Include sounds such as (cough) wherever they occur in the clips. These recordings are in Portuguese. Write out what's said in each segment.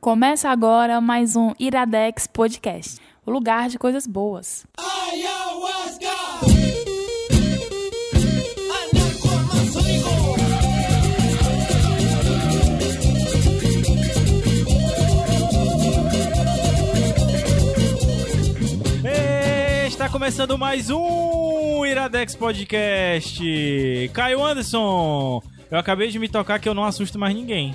Começa agora mais um Iradex Podcast, o lugar de coisas boas. Está começando mais um Iradex Podcast. Caio Anderson, eu acabei de me tocar que eu não assusto mais ninguém.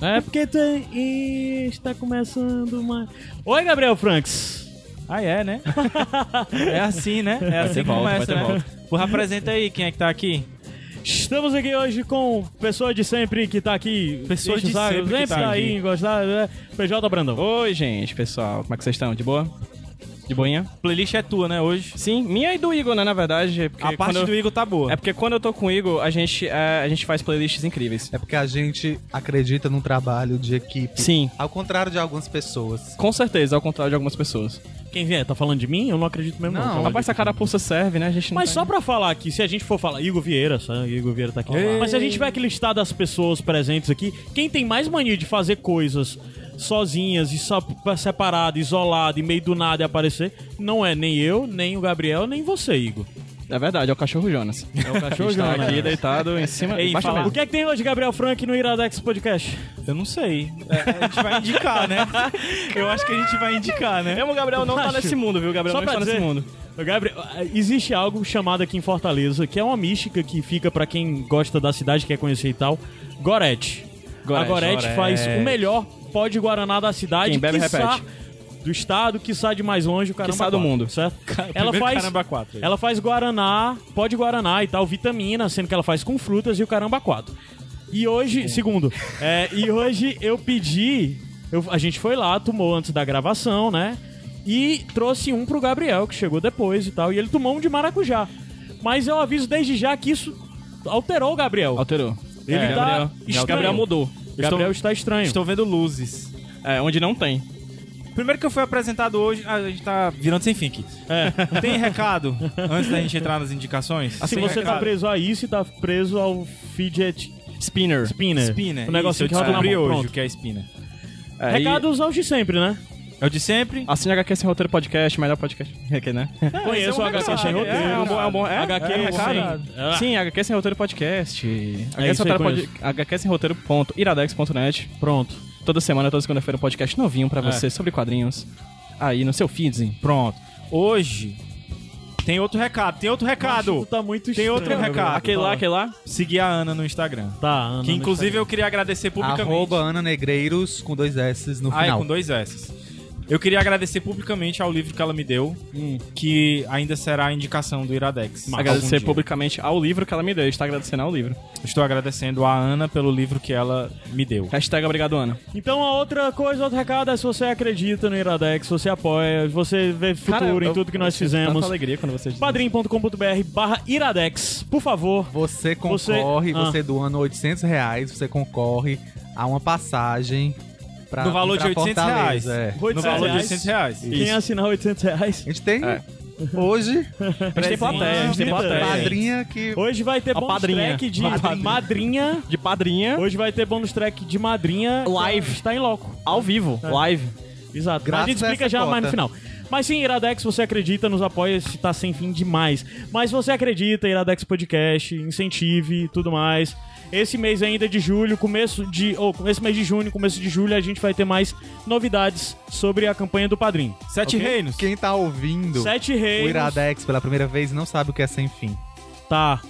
É porque tem. e está começando uma. Oi, Gabriel Franks! Ah, é, (laughs) né? é assim, né? É assim que começa, né? Porra, apresenta aí quem é que tá aqui. Estamos aqui hoje com pessoa de sempre que tá aqui. Pessoa Deixa de o saco, sempre que sempre tá aqui. aí, gostar. né? PJ Brandão. Oi, gente, pessoal. Como é que vocês estão? De boa? De boinha? Playlist é tua, né, hoje? Sim, minha e do Igor, né, na verdade. é Porque A parte quando eu- do Igor tá boa. É porque quando eu tô com o Igor, a gente, é, a gente faz playlists incríveis. É porque a gente acredita num trabalho de equipe. Sim, Ao contrário de algumas pessoas. com certeza, ao contrário de algumas pessoas. Quem vier, tá falando de mim? Eu não acredito mesmo. Não, Não, Rapaz, essa carapuça serve, né? A gente não Mas tá- só pra falar aqui, se a gente for falar, Igor Vieira, só, Igor Vieira tá aqui. Mas se a gente tiver que listar das pessoas presentes aqui, quem tem mais mania de fazer coisas sozinhas e só pra- separado, isolado, e meio do nada e aparecer, não é nem eu, nem o Gabriel, nem você, Igor. É verdade, é o cachorro (laughs) Jonas. É o cachorro Jonas. Tá aqui deitado em cima. Ei, embaixo da fala- O mesa. que é que tem hoje, Gabriel Frank, no Iradex Podcast? Eu não sei. É, a gente vai indicar, (laughs) né? Eu acho que a gente vai indicar, né? Mesmo o Gabriel não tá Macho. nesse mundo, viu? O Gabriel Só não pra está dizer, tá nesse mundo. Gabriel, ah, existe algo chamado aqui em Fortaleza, que é uma mística que fica pra quem gosta da cidade, quer conhecer e tal, Gorete. Gorete. a Gorete, Gorete. faz o melhor pó de Guaraná da cidade, Quem bebe, quiçá repete. do estado, quiçá de mais longe, o Caramba Quiçá do quatro, mundo. Certo? Ela Primeiro faz, Caramba 4. ela faz Guaraná, pó de Guaraná e tal, vitamina, sendo que ela faz com frutas e o Caramba 4. E hoje, segundo, é, e hoje eu pedi, eu- a gente foi lá, tomou antes da gravação, né? E trouxe um pro Gabriel, que chegou depois e tal, e ele tomou um de maracujá. Mas eu aviso desde já que isso alterou o Gabriel. Alterou. Ele É, tá Gabriel, estranho. Gabriel mudou. Gabriel está estranho. Estou vendo luzes. É, onde não tem. Primeiro que eu fui apresentado hoje, a gente tá virando sem fim aqui. É. Tem recado antes da gente entrar nas indicações? Se Assim, Tem você tá recado? preso a isso e tá preso ao fidget Spinner. spinner. Spinner. É. O negócio Isso, que eu roda na descobri mão. hoje Pronto. o que é spinner. É, e- Recados aos de sempre, né? É o de sempre. Assine HQ Sem Roteiro Podcast, melhor podcast. Aquele, né? Conheço esse é um o HQ recado, sem roteiro. é, é um bom- é um bom- é, HQ é um sem- recado. Ah, É Sim, HQ Sem Roteiro Podcast. HQ, isso sem aí, roteiro conheço. pod- HQ Sem Roteiro ponto iradex.net. Pronto. É. Toda semana, toda segunda-feira, um podcast novinho pra você sobre quadrinhos. Aí no seu feed. Pronto. Hoje tem outro recado, tem outro recado. Tá muito Tem outro estranho, recado. Gabriel. Aquele lá, aquele lá. Seguir a Ana no Instagram. Tá, Ana, é Que no inclusive eu queria agradecer publicamente. Arroba Ana Negreiros com dois S no Ah, é final. com dois S. Eu queria agradecer publicamente ao livro que ela me deu, Hum. que ainda será a indicação do Iradex. Algum agradecer dia. publicamente ao livro que ela me deu. Está agradecendo ao livro. Estou agradecendo a Ana pelo livro que ela me É. deu. Hashtag obrigado, Ana. Instagram. Então a outra coisa, outro recado é se você acredita no Iradex, se você apoia, se você vê futuro em tudo que nós fizemos. Tanta alegria quando vocês dizem. padrim.com.br barra Iradex, por favor. Você- Você concorre, você, ah. doando 800 reais, você concorre a uma passagem pra No valor de pra 800 reais. Fortaleza, é. No 800 valor de reais. 800 reais. Quem assinar 800 reais. A gente tem É. hoje A gente tem plateia, a gente tem Presente. plateia. padrinha que Hoje vai ter A bônus padrinha. track de Padrinha. madrinha. De padrinha, Hoje vai ter bônus track de madrinha. Live. Está em loco. ao vivo, É. live. Exato. Graças Mas a gente a explica essa já mais no cota. final. Mas sim, Iradex, você acredita, nos apoia, se tá sem fim demais. Mas se você acredita, Iradex Podcast, incentive e tudo mais. Esse mês ainda é de julho, começo de. Ou esse mês de junho, começo de julho, a gente vai ter mais novidades sobre a campanha do Padrim. Sete Ok? reinos. quem tá ouvindo Sete o reis. Iradex pela primeira vez não sabe o que é sem fim. Tá.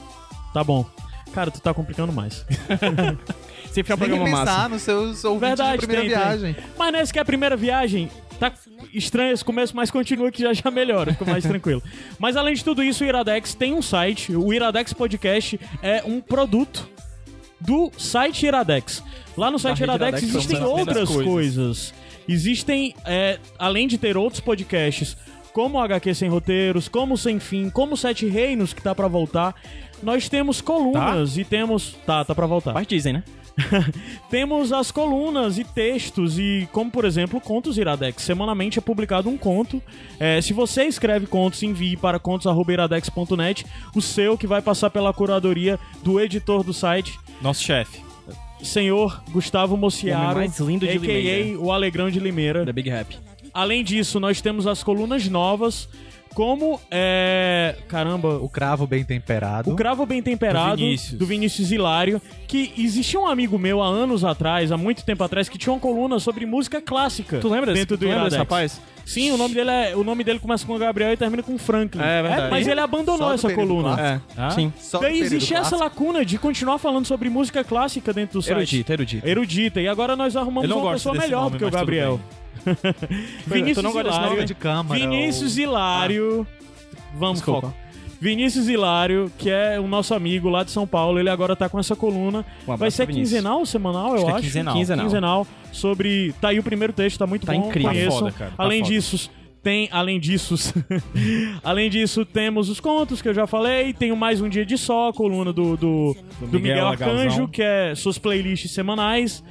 Tá bom. Cara, tu tá complicando mais. Sempre é um Tem que programa pensar massa. nos seus ouvintes Verdade, de primeira tem, tem. viagem. Mas nessa que é a primeira viagem, tá estranho esse começo, mas continua que já já melhora, fica mais tranquilo. Mas além de tudo isso, o Iradex tem um site, o Iradex Podcast é um produto do site Iradex. Lá no site rede Iradex, Iradex existem são as outras mesmas coisas. coisas. Existem, é, além de ter outros podcasts, como o HQ Sem Roteiros, como o Sem Fim, como o Sete Reinos, que tá pra voltar, nós Tá? temos colunas e temos... Tá, tá pra voltar. Mas dizem, né? (laughs) Temos as colunas e textos, e como por exemplo, Contos Iradex. Semanalmente é publicado um conto. É, se você escreve contos, envie para contos.iradex.net, o seu que vai passar pela curadoria do editor do site. Nosso chefe. senhor Gustavo Mociaro, Homem mais lindo de a.k.a. Limeira. o Alegrão de Limeira. Da Big Rap. Além disso, nós temos as colunas novas, como é. Caramba, O cravo bem temperado. o Cravo Bem Temperado, Do Vinícius. do Vinícius Hilário, que existia um amigo meu há anos atrás, há muito tempo atrás, que tinha uma coluna sobre música clássica. Tu lembra desse, dentro do tu lembra desse Iradex. rapaz? Sim, o nome dele é, o nome dele começa com Gabriel e termina com Franklin. É verdade. mas ele abandonou Só do essa período coluna. clássico. É, Ah? sim. Só Daí no período existe essa clássico. lacuna de continuar falando sobre música clássica dentro do site. Erudita, erudita. Erudita. E agora nós arrumamos Eu não uma gosto pessoa desse melhor nome, do que o mas tudo Gabriel. (laughs) é, Tu Vinícius não gosta desse Hilário. nome de câmara, Vinícius o- Hilário. Vamos, Desculpa. foco. Vinícius Hilário, que é o nosso amigo lá de São Paulo, ele agora tá com essa coluna. Um abraço, Vai ser Vinícius. quinzenal, semanal, eu Acho acho. que é quinzenal. quinzenal. Sobre. Tá aí o primeiro texto, tá muito Tá bom. incrível. Tá conheçam. foda, cara, tá além foda. disso, tem. Além disso. (laughs) além disso, temos os contos que eu já falei. Tenho mais um dia de sol, a coluna do, do, do Miguel, Miguel Arcanjo, Argauzão. que é suas playlists semanais.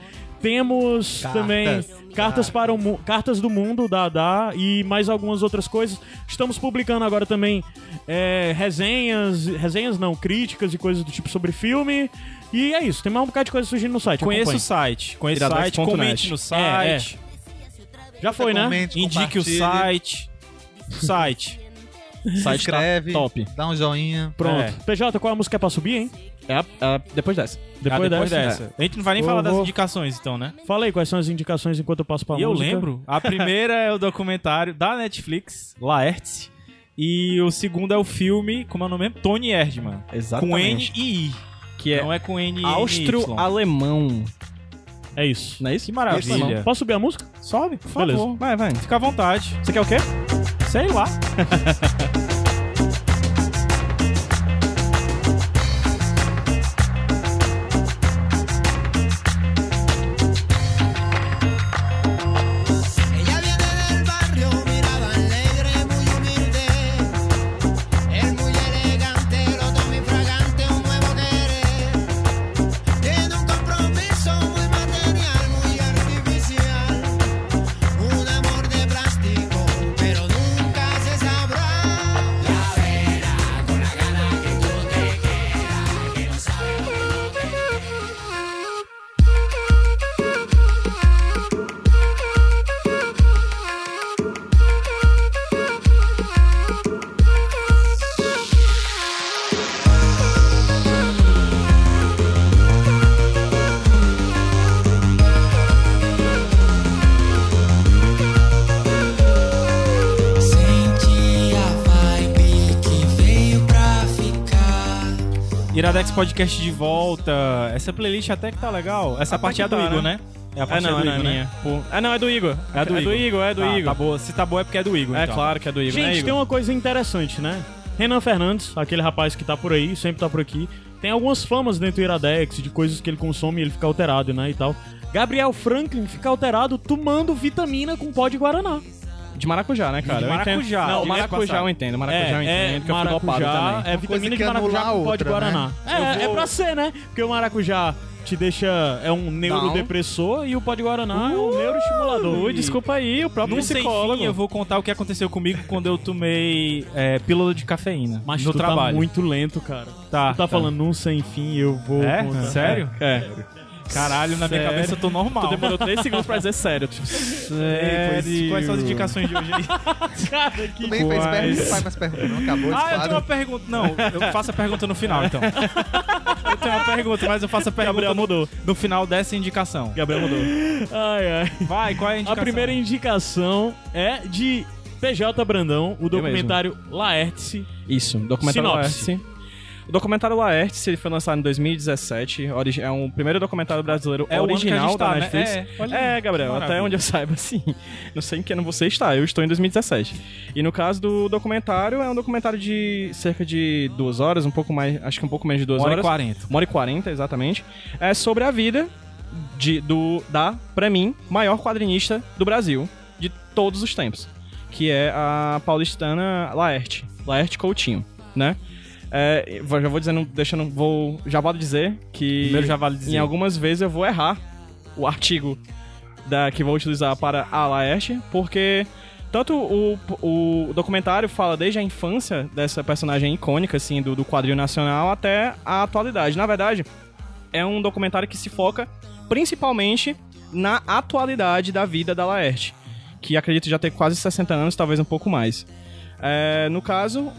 Temos Cartas. também Cartas para o Mu- Cartas do Mundo, da Adá, e mais algumas outras coisas. Estamos publicando agora também é, resenhas, resenhas não, críticas e coisas do tipo sobre filme. E é isso, tem mais um bocado de coisa surgindo no site. Conheça o acompanhe. site, conheça o Iradex site, ponto comente net. no site, Já foi, né? Comente, indique o compartilhe, site. Site. Se Site tá inscreve, top. dá um joinha. Pronto. É. PJ, qual a música é pra subir, hein? É a- a- depois dessa. Ah, Depois dessa, né? A gente não vai nem Eu falar das vou- indicações, então, né? Fala aí quais são as indicações enquanto eu passo pra E eu música. lembro, (laughs) a primeira é o documentário da Netflix, Laertes, e o segundo é o filme, como é o nome mesmo? Tony Erdmann. Com N Exatamente. e I. que é Não é com N e Y. austro-alemão. É isso. Não é isso? Que maravilha. Posso subir a música? Sobe, por Beleza. favor. Vai, vai. É, Fica à vontade. Você quer o quê? Sei lá. Ella viene del barrio, mirada alegre, muy humilde. Es muy elegante, roto mi fragante, un nuevo querer. Tiene un compromiso muy material, muy artificial. Un amor de plástico, pero nunca se sabrá. La vera con la gana que tú te quedas, que no sabes. Senti a vibe que veio pra ficar. Iradex Podcast de volta. Essa playlist até que tá legal. Essa Até parte é a que do tá, Igor, né? né? É a Ah, não, é é do não, é Igor, minha. né? Ah, não, é do Igor. É a do é Igor. do Igor, é do Tá, Igor. tá boa. Se tá boa é porque é do Igor, É então. claro que é do Igor, né, Gente, Igor? tem uma coisa interessante, né? Renan Fernandes, aquele rapaz que tá por aí, sempre tá por aqui, tem algumas famas dentro do Iradex, de coisas que ele consome e ele fica alterado, né, e tal. Gabriel Franklin fica alterado tomando vitamina com pó de Guaraná. De maracujá, né, cara? De Eu entendo. maracujá, Não, diga-se maracujá passagem. eu entendo. Maracujá eu é, entendo, que eu fui dopado maracujá, também. é coisa vitamina de que anula maracujá a com pó de outra, né? Guaraná. É, Eu é vou- pra ser, né? Porque o maracujá te deixa... é um neurodepressor e o pó de Guaraná é um neuroestimulador. Ui, desculpa aí, o próprio Num sem psicólogo. fim, eu vou contar o que aconteceu comigo quando eu tomei é, pílula de cafeína Mas no tu trabalho. tá muito lento, cara. Tá, tu tá, falando num sem fim, eu vou... É? contar. Sério? É. Caralho, na minha Sério? cabeça eu tô normal. Tu demorou 3 segundos pra dizer sério. Tipo, É, Sério? Quais são as indicações de hoje aí? Cara, que Tu nem fez coisa. pergunta, não faz mais pergunta, não acabou esse ah, eu tenho uma quadro. pergunta. Não, eu faço a pergunta no final, então. Eu tenho uma pergunta, mas eu faço a pergunta Gabriel no, mudou. no final dessa indicação. Gabriel mudou. Ai, ai. Vai, qual é a A indicação? primeira indicação é de PJ Brandão, o documentário Laértice. Isso, documentário Sinopse. Laerte. O documentário Laerte, ele foi lançado em 2017, origi- é um primeiro documentário brasileiro É o ano que a gente original da tá, né? Netflix. É, olha É, aí, Gabriel, que até maravilha. onde eu (laughs) saiba, sim. Não sei em que ano você está, eu estou em 2017. E no caso do documentário, é um documentário de cerca de duas horas, um pouco mais, acho que um pouco menos de duas Uma hora e horas. 40. Uma hora e 40, exatamente. É sobre a vida de, do, da, pra mim, maior quadrinista do Brasil de todos os tempos. Que é a paulistana Laerte. Laerte Coutinho, né? É, vou- já vou dizendo, deixando, vou, já vou dizer que Primeiro já vale dizer. em algumas vezes eu vou errar o artigo da, que vou utilizar para a Laerte, porque tanto o, o documentário fala desde a infância dessa personagem icônica, assim, do, do quadril nacional até a atualidade. Na verdade, é um documentário que se foca principalmente na atualidade da vida da Laerte, que acredito já ter quase 60 anos, talvez um pouco mais. É, no caso,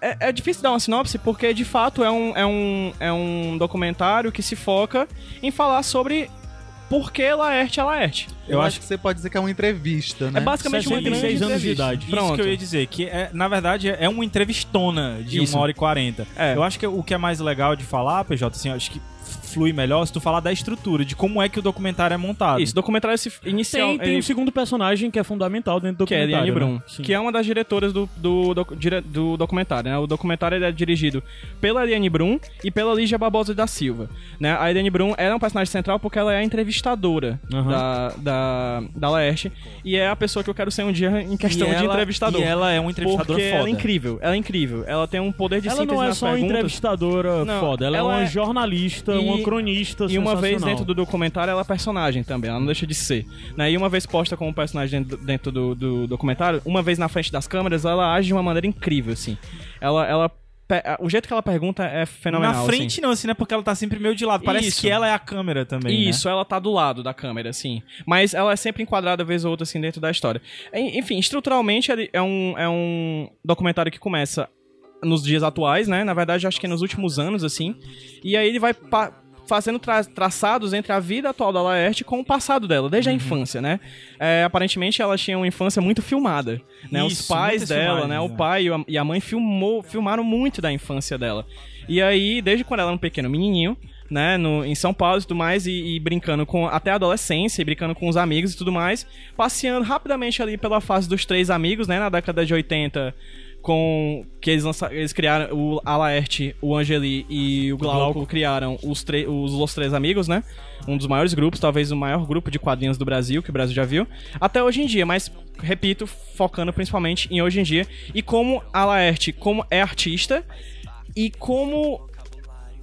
é, é difícil dar uma sinopse porque de fato é um, é, um, é um documentário que se foca em falar sobre por que Laerte é Laerte. Eu acho que você pode dizer que é uma entrevista, né? É basicamente uma grande 66 anos de entrevista. idade. Isso Pronto. que eu ia dizer, que é, na verdade é uma entrevistona de Isso. 1 hora e 40. É. Eu acho que o que é mais legal de falar, PJ, assim, eu acho que flui melhor se tu falar da estrutura, de como é que o documentário é montado. Isso, documentário esse é inicial. Tem, tem ele- um segundo personagem que é fundamental dentro do que é documentário. Eliane Brum, né? Sim. que é uma das diretoras do, do, doc- dire- do documentário. Né? O documentário ele é dirigido pela Eliane Brum e pela Lígia Barbosa da Silva. Né? A Eliane Brum ela é um personagem central porque ela é a entrevistadora Aham. da, da, da Laerte e é a pessoa que eu quero ser um dia em E questão de ela- entrevistador. E ela é uma entrevistadora porque foda. ela é incrível, ela é incrível. Ela tem um poder de Ela síntese não é nas só uma perguntas. entrevistadora Não, foda, ela, ela é uma é- jornalista, E- uma cronista E uma vez sensacional. dentro do documentário ela é personagem também, ela não deixa de ser. Né? E uma vez posta como personagem dentro, dentro do, do documentário, uma vez na frente das câmeras, ela age de uma maneira incrível, assim. Ela. ela pe- o jeito que ela pergunta é fenomenal. Na frente não, assim, né? Porque ela tá sempre meio de lado. Parece Isso. que ela é a câmera também, né? Isso, ela tá do lado da câmera, assim. Mas ela é sempre enquadrada vez ou outra, assim, dentro da história. En- Enfim, estruturalmente ele é um, é um documentário que começa nos dias atuais, né? Na verdade, acho que é nos últimos anos, assim. E aí ele vai pa- fazendo tra- traçados entre a vida atual da Laerte com o passado dela, Uhum. desde a infância, né? É, aparentemente ela tinha uma infância muito filmada, né? Os Isso, pais muitas dela, filmagens, né? O é. pai e a- e a mãe filmou, filmaram muito da infância dela. E aí, desde quando ela era um pequeno menininho, né, no, em São Paulo e tudo mais, e, e brincando com até a adolescência, e brincando com os amigos e tudo mais, passeando rapidamente ali pela fase dos três amigos, né, na década de 80, com que eles, lança, eles criaram o Alaerte, o Angeli e o Glauco, criaram os, tre- os Los Três Amigos, né? Um dos maiores grupos, talvez o maior grupo de quadrinhos do Brasil, que o Brasil já viu, até hoje em dia, mas repito, focando principalmente em hoje em dia e como a Laerte, como é artista e como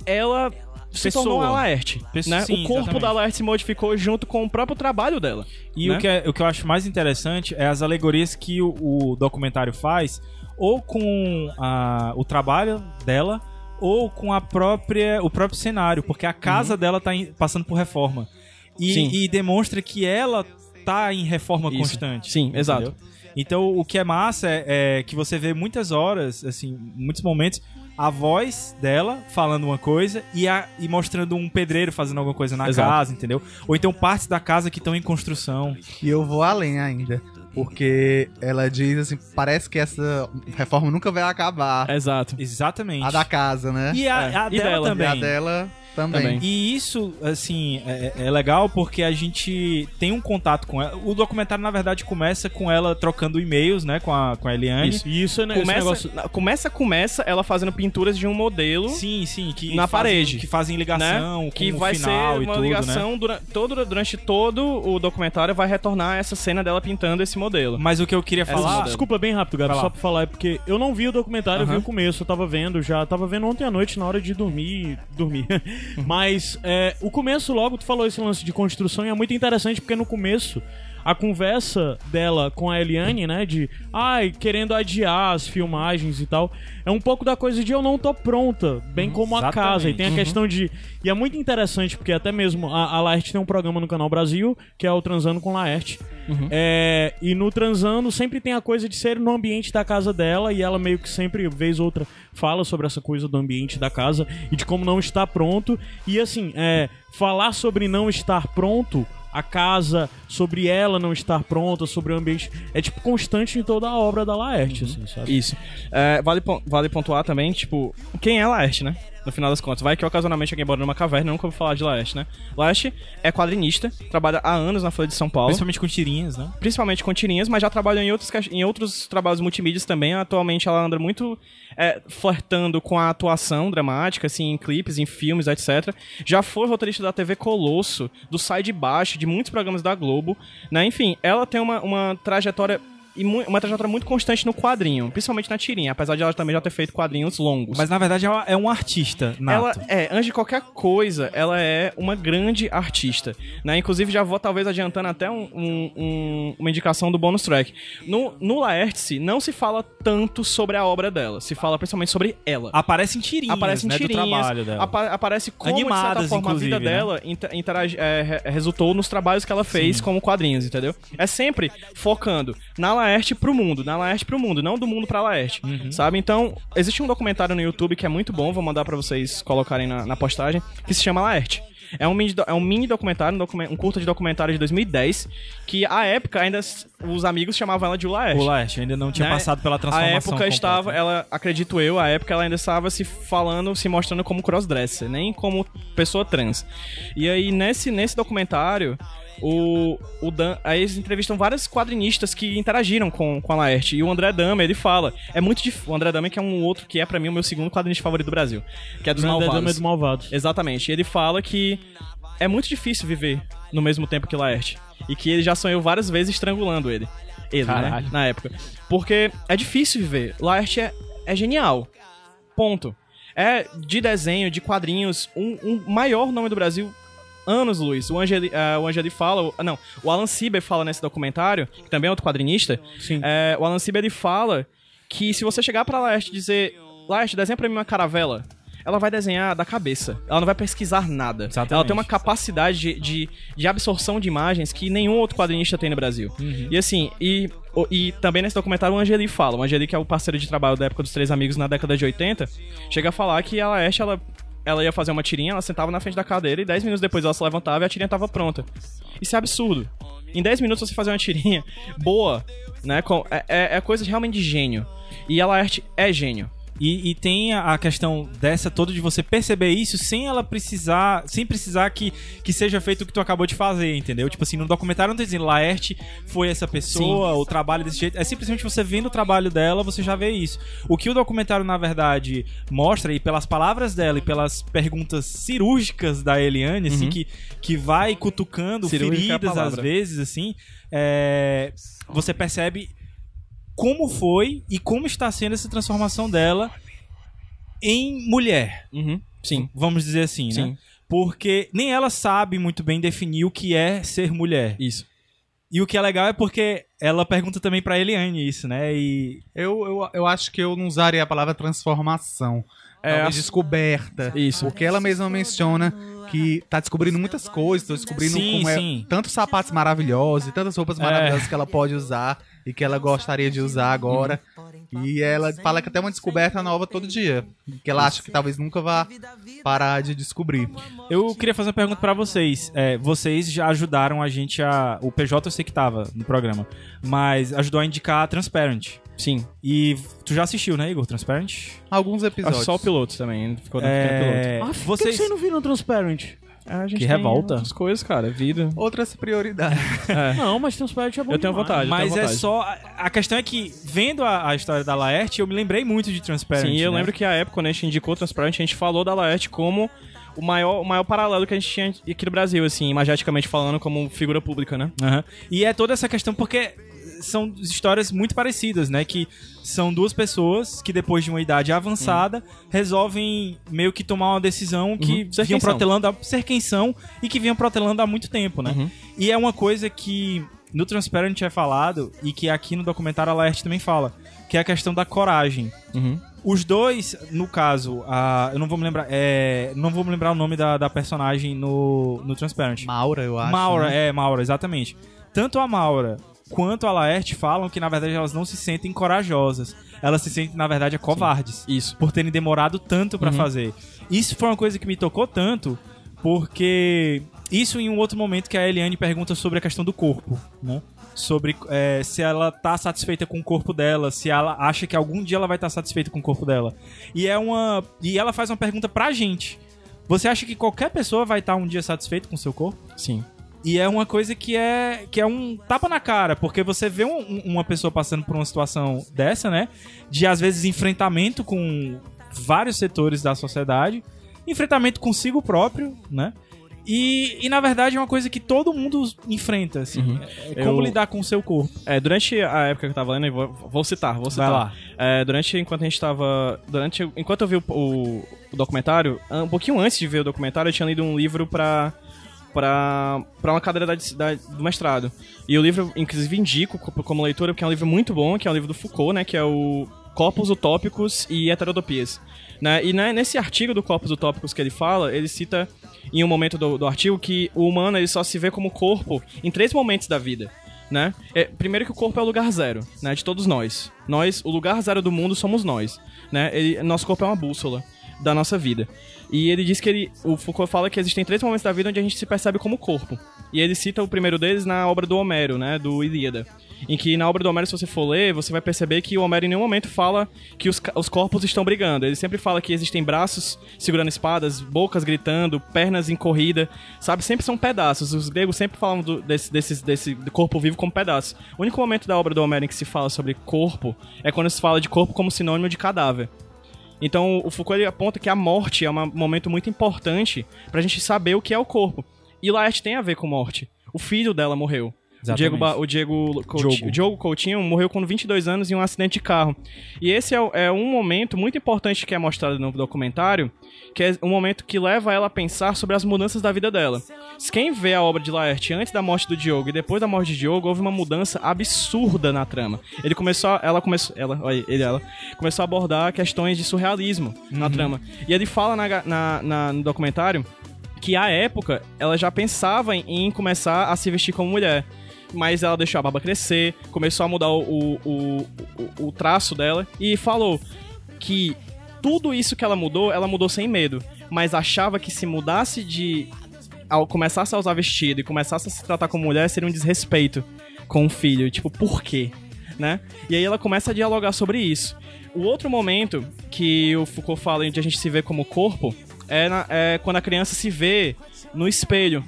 ela se Pessoa. tornou a Laerte. Pessoa, né? sim, o corpo exatamente. da Laerte se modificou junto com o próprio trabalho dela. E né? o, que é- o que eu acho mais interessante é as alegorias que o, o documentário faz, ou com a- o trabalho dela, ou com a própria, o próprio cenário, porque a casa Uhum. dela tá em- passando por reforma. Sim. E, e demonstra que ela tá em reforma Isso. constante. Sim, exato. Entendeu? Então, o que é massa é, é que você vê muitas horas, assim, muitos momentos, a voz dela falando uma coisa e, a- e mostrando um pedreiro fazendo alguma coisa na Exato. casa, entendeu? Ou então partes da casa que estão em construção. E eu vou além ainda. Porque ela diz assim: parece que essa reforma nunca vai acabar. Exato. Exatamente. A da casa, né? É. E a, É. a E dela, dela. E também. a dela também. Também. E isso, assim, é, é legal porque a gente tem um contato com ela. O documentário, na verdade, começa com ela trocando e-mails, né, com a, com a Eliane. Isso, e isso é né, esse Começa, negócio. começa, começa ela fazendo pinturas de um modelo. Sim, sim. Que né? Na fazem- parede. Que fazem ligação, com que o vai final ser e uma tudo, né? ligação dura- todo, durante todo o documentário vai retornar essa cena dela pintando esse modelo. Mas o que eu queria Essa- falar... Desculpa bem rápido, Gabi, Vai lá. só pra falar, é porque eu não vi o documentário, eu vi o começo, eu tava vendo já, tava vendo ontem à noite na hora de dormir, (laughs) dormir. Uhum. Mas é, o começo logo, tu falou esse lance de construção e é muito interessante porque no começo a conversa dela com a Eliane, né, de ai, querendo adiar as filmagens e tal, é um pouco da coisa de eu não tô pronta, bem como a Uhum. Exatamente. Uhum. casa. E tem a questão de. E é muito interessante, porque até mesmo a, a Laerte tem um programa no Canal Brasil, que é o Transando com Laerte. Uhum. É, e no Transando sempre tem a coisa de ser no ambiente da casa dela, e ela meio que sempre, vez ou outra, fala sobre essa coisa do ambiente da casa e de como não está pronto. E assim, é, falar sobre não estar pronto. A casa, sobre ela não estar pronta, sobre o ambiente. É tipo constante em toda a obra da Laerte, Uhum. assim, sabe? Isso. É, vale, pon- vale pontuar também, tipo, quem é Laerte, né? No final das contas. Vai que ocasionalmente alguém mora numa caverna, nunca ouviu falar de Laerte, né? Laerte é quadrinista, trabalha há anos na Folha de São Paulo, Principalmente com tirinhas, né? principalmente com tirinhas, mas já trabalhou em outros, ca- em outros trabalhos multimídias também. Atualmente ela anda muito é, flertando com a atuação dramática, assim, em clipes, em filmes, etc. Já foi roteirista da TV Colosso, do Sai de Baixo, de muitos programas da Globo, né? Enfim, ela tem uma, uma trajetória e mu- uma trajetória muito constante no quadrinho, principalmente na tirinha, apesar de ela também já ter feito quadrinhos longos. Mas na verdade ela é um artista Ela nato. é, antes de qualquer coisa, ela é uma grande artista. Né? Inclusive, já vou talvez adiantando até um- um- um- uma indicação do bonus track. No, no Laertes, não se fala tanto sobre a obra dela, se fala principalmente sobre ela. Aparece em tirinhas, Aparece em né, tirinhas, do trabalho dela. apa- aparece como, de certa Animadas, forma, a vida inclusive, né? dela inter- interage- é, re- resultou nos trabalhos que ela fez como quadrinhos, entendeu? É sempre focando na Laerte pro mundo, na Laerte pro mundo, não do mundo pra Laerte, sabe? Então, existe um documentário no YouTube que é muito bom, vou mandar pra vocês colocarem na, na postagem, que se chama Laerte. É um mini, do- é um mini documentário, um, documen- um curta de documentário de 2010, que à época ainda s- os amigos chamavam ela de Laerte. O Laerte ainda não tinha Né? passado pela A transformação. época completa. né? estava, ela, acredito eu, a época ela ainda estava se falando, se mostrando como crossdresser, nem como pessoa trans. E aí, nesse, nesse documentário, o, o Dan, aí eles entrevistam vários quadrinistas que interagiram com, com a Laerte. E o André Dama, ele fala, é muito difícil. O André Dama, que é um outro que é, pra mim, o meu segundo quadrinista favorito do Brasil, que é dos Grande Dama é Malvados. do Malvados. Exatamente. Ele fala que é muito difícil viver no mesmo tempo que Laerte. E que ele já sonhou várias vezes estrangulando ele. Ele, né? Caralho. Na época. Porque é difícil viver. Laerte é, é genial. Ponto. É de desenho, de quadrinhos, um, um maior nome do Brasil. Anos, Luiz. O Angeli, ah, o Angeli fala. o- ah, não, o Alan Sieber fala nesse documentário, que também é outro quadrinista. Sim. É, o Alan Sieber ele fala que se você chegar pra Laerte e dizer: Laerte, desenha pra mim uma caravela. Ela vai desenhar da cabeça. Ela não vai pesquisar nada. Exatamente. Ela tem uma capacidade de, de, de absorção de imagens que nenhum outro quadrinista tem no Brasil. E assim, e, o- e também nesse documentário o Angeli fala. O Angeli, que é o parceiro de trabalho da época dos Três Amigos na década de 80, chega a falar que a Laerte, ela, ela ia fazer uma tirinha, ela sentava na frente da cadeira e 10 minutos depois ela se levantava e a tirinha tava pronta. Isso é absurdo. Em 10 minutos você fazer uma tirinha boa, né? com- é, é, é coisa de- realmente de gênio. E a Laerte é gênio. E, e tem a a questão dessa toda de você perceber isso sem ela precisar, sem precisar que, que seja feito o que tu acabou de fazer, entendeu? Tipo assim, no documentário não tá dizendo Laerte foi essa pessoa, o trabalho desse jeito. É simplesmente você vendo o trabalho dela, você já vê isso. O que o documentário, na verdade, mostra, e pelas palavras dela e pelas perguntas cirúrgicas da Eliane, assim, que, que vai cutucando Uhum. Cirúrgica é a feridas às palavra. vezes, assim, é, você percebe como foi e como está sendo essa transformação dela em mulher, Uhum. Sim. vamos dizer assim, Sim. né? Porque nem ela sabe muito bem definir o que é ser mulher. Isso. E o que é legal é porque ela pergunta também pra Eliane isso, né? E Eu, eu, eu acho que eu não usaria a palavra transformação. É, É as- descoberta. Isso. Porque ela mesma menciona que tá descobrindo muitas coisas, tá descobrindo Sim, como sim. é tantos sapatos maravilhosos e tantas roupas maravilhosas que ela pode usar e que ela gostaria de usar agora. E ela fala que até uma descoberta nova todo dia, que ela acha que talvez nunca vá parar de descobrir. eu queria fazer uma pergunta pra vocês. É, vocês já ajudaram a gente a. O PJ eu sei que tava no programa, mas ajudou a indicar a Transparent. Sim. E tu já assistiu, né, Igor? Transparent? Alguns episódios. Ah, Só o piloto também. Ficou dentro do piloto. É, Ah, por que vocês. você não viram Transparent? A gente Que tem revolta. outras coisas, cara. Vida. Outras prioridades. um- Não, mas Transparent é bom Eu tenho demais. vontade. Mas tenho é vontade. só. A questão é que, vendo a, a história da Laerte, eu me lembrei muito de Transparent. Sim, eu né? lembro que a época, quando a gente indicou o Transparent, a gente falou da Laerte como o maior, o maior paralelo que a gente tinha aqui no Brasil, assim, imageticamente falando, como figura pública, né? Aham. E é toda essa questão porque são histórias muito parecidas, né? Que são duas pessoas que depois de uma idade avançada resolvem meio que tomar uma decisão que Uhum. Ser quem vinham são. protelando, há- ser quem são e que vinham protelando há muito tempo, né? Uhum. E é uma coisa que no Transparent é falado e que aqui no documentário a Laerte também fala, que é a questão da coragem. Uhum. Os dois, no caso, a, eu não vou me lembrar, é, não vou me lembrar o nome da, da personagem no, no Transparent. Maura, eu acho. Maura, né? é, Maura, exatamente. Tanto a Maura quanto a Laerte falam que, na verdade, elas não se sentem corajosas. Elas se sentem, na verdade, covardes. Isso. Por terem demorado tanto Uhum. pra fazer. Isso foi uma coisa que me tocou tanto, porque isso em um outro momento que a Eliane pergunta sobre a questão do corpo, né? Sobre é, se ela tá satisfeita com o corpo dela, se ela acha que algum dia ela vai estar satisfeita com o corpo dela. E é uma. E ela faz uma pergunta pra gente. Você acha que qualquer pessoa vai estar um dia satisfeita com seu corpo? Sim. E é uma coisa que é que é um tapa na cara, porque você vê um- um- uma pessoa passando por uma situação dessa, né? De às vezes enfrentamento com vários setores da sociedade, enfrentamento consigo próprio, né? E, e, na verdade é uma coisa que todo mundo enfrenta, assim. É- é como Eu- lidar com o seu corpo. É, durante a época que eu tava lendo, eu vou, vou citar, vou citar. Vai lá. É, durante, enquanto a gente tava... Durante, enquanto eu vi o, o- o documentário, um pouquinho antes de ver o documentário, eu tinha lido um livro pra... Pra, pra uma cadeira da, da- do mestrado. E o livro, inclusive, indico co- como leitura, porque é um livro muito bom, que é um livro do Foucault, né? Que é o Corpos Utópicos e Heterotopias. né? E né, nesse artigo do Corpos Utópicos que ele fala, ele cita em um momento do, do artigo que o humano ele só se vê como corpo em três momentos da vida. Né? É, primeiro que o corpo é o lugar zero, né? De todos nós. Nós, o lugar zero do mundo somos nós. Né? Ele- nosso corpo é uma bússola da nossa vida. E ele diz que ele. O Foucault fala que existem três momentos da vida onde a gente se percebe como corpo. E ele cita o primeiro deles na obra do Homero, né? Do Ilíada. Em que na obra do Homero, se você for ler, você vai perceber que o Homero em nenhum momento fala que os, ca- os corpos estão brigando. Ele sempre fala que existem braços segurando espadas, bocas gritando, pernas em corrida, sabe? Sempre são pedaços. Os gregos sempre falavam do- desse, desses- desse corpo vivo como pedaço. O único momento da obra do Homero em que se fala sobre corpo é quando se fala de corpo como sinônimo de cadáver. Então, o Foucault ele aponta que a morte é uma- um momento muito importante pra gente saber o que é o corpo. E Laerte tem a ver com morte. O filho dela morreu. O Exatamente. Diego, Ba- o Diego Coutinho, Diogo. o Diogo Coutinho morreu com 22 anos em um acidente de carro. E esse é, o- é um momento muito importante que é mostrado no documentário, que é um momento que leva ela a pensar sobre as mudanças da vida dela. Se Quem vê a obra de Laerte antes da morte do Diogo e depois da morte de Diogo, houve uma mudança absurda na trama. Ele começou, a- ela começou, ela, olha aí, ele, ela começou a abordar questões de surrealismo na trama. E ele fala na ga- na- na- no documentário que à época ela já pensava em, em começar a se vestir como mulher. Mas ela deixou a barba crescer, começou a mudar o, o, o- o- o traço dela e falou que tudo isso que ela mudou, ela mudou sem medo. Mas achava que se mudasse de. ao começasse a usar vestido e começasse a se tratar como mulher, seria um desrespeito com o filho. Tipo, por quê? Né? E aí ela começa a dialogar sobre isso. O outro momento que o Foucault fala onde a gente se vê como corpo é, na- é quando a criança se vê no espelho.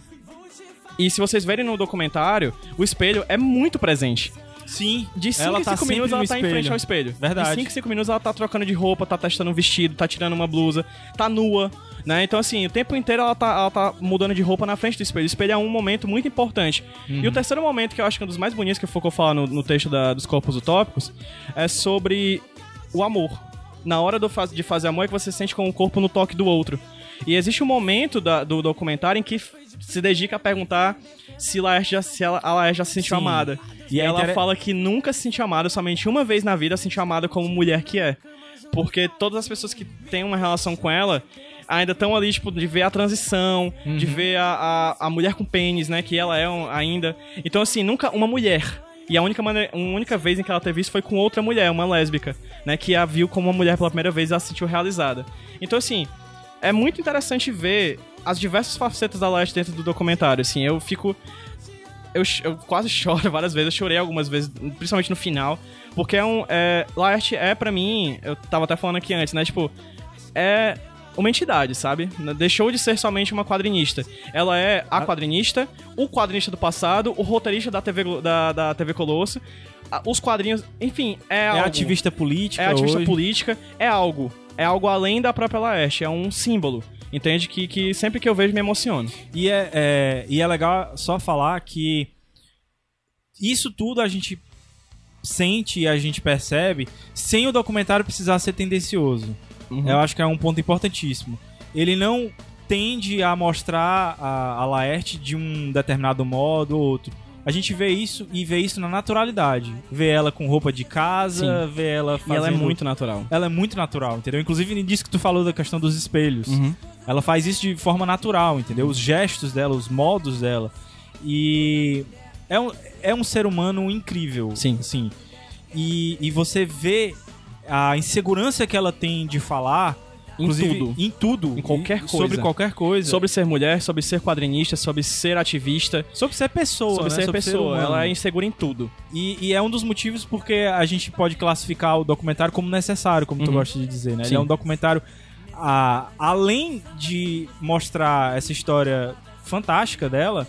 E se vocês verem no documentário, o espelho é muito presente. Sim, De 5 Ela a tá 5 sempre minutos no ela tá em frente espelho. ao espelho. Verdade. De 5 a 5 minutos ela tá trocando de roupa, tá testando um vestido, tá tirando uma blusa, tá nua, né? Então, assim, o tempo inteiro ela tá, ela tá mudando de roupa na frente do espelho. O espelho é um momento muito importante. E o terceiro momento, que eu acho que é um dos mais bonitos que o Foucault fala no, no texto da- dos corpos utópicos, é sobre o amor. Na hora do faz- de fazer amor é que você sente com o corpo no toque do outro. E existe um momento da- do documentário em que f- se dedica a perguntar se, Laerte já, se ela, a Laerte já se sentiu Sim. amada. E E é ela intere- fala que nunca se sentiu amada, somente uma vez na vida se sentiu amada como mulher que é. Porque todas as pessoas que têm uma relação com ela ainda estão ali, tipo, de ver a transição, de ver a, a, a mulher com pênis, né? Que ela é um- ainda. Então, assim, nunca uma mulher. E a única, maneira, a única vez em que ela teve isso foi com outra mulher, uma lésbica, né? Que a viu como uma mulher pela primeira vez e a se sentiu realizada. Então, assim, é muito interessante ver as diversas facetas da Leste dentro do documentário, assim. Eu fico eu, ch- eu quase (laughs) choro várias vezes, eu chorei algumas vezes, principalmente no final, porque é um. É, Laerte é pra mim, eu tava até falando aqui antes, né? Tipo, é uma entidade, sabe? N- Deixou de ser somente uma quadrinista. Ela é a quadrinista, o quadrinista do passado, o roteirista da TV, Glo- da, da TV Colosso, a- os quadrinhos, enfim, é, é algo. ativista política. É ativista hoje. política, é algo. É algo além da própria Laerte, é um símbolo. Entende? Que, que sempre que eu vejo me emociono. E é, é- e é legal só falar que isso tudo a gente sente e a gente percebe sem o documentário precisar ser tendencioso. Uhum. Eu acho que é um ponto importantíssimo. Ele não tende a mostrar a, a Laerte de um determinado modo ou outro. A gente vê isso e vê isso na naturalidade. Vê ela com roupa de casa, vê ela E fazendo... ela é muito natural. Ela é muito natural, entendeu? Inclusive disso que tu falou da questão dos espelhos. Uhum. Ela faz isso de forma natural, entendeu? Os gestos dela, os modos dela. E é um, é um ser humano incrível. Sim. Sim. E, e você vê a insegurança que ela tem de falar. Em inclusive, tudo. Em tudo. Em qualquer e- coisa. Sobre qualquer coisa. Sobre ser mulher, sobre ser quadrinista, sobre ser ativista, sobre ser pessoa. sobre né? ser pessoa. humano. ela é insegura em tudo. E, e é um dos motivos porque a gente pode classificar o documentário como necessário, como tu Uhum. gosta de dizer, né? Sim. Ele é um documentário, ah, além de mostrar essa história fantástica dela,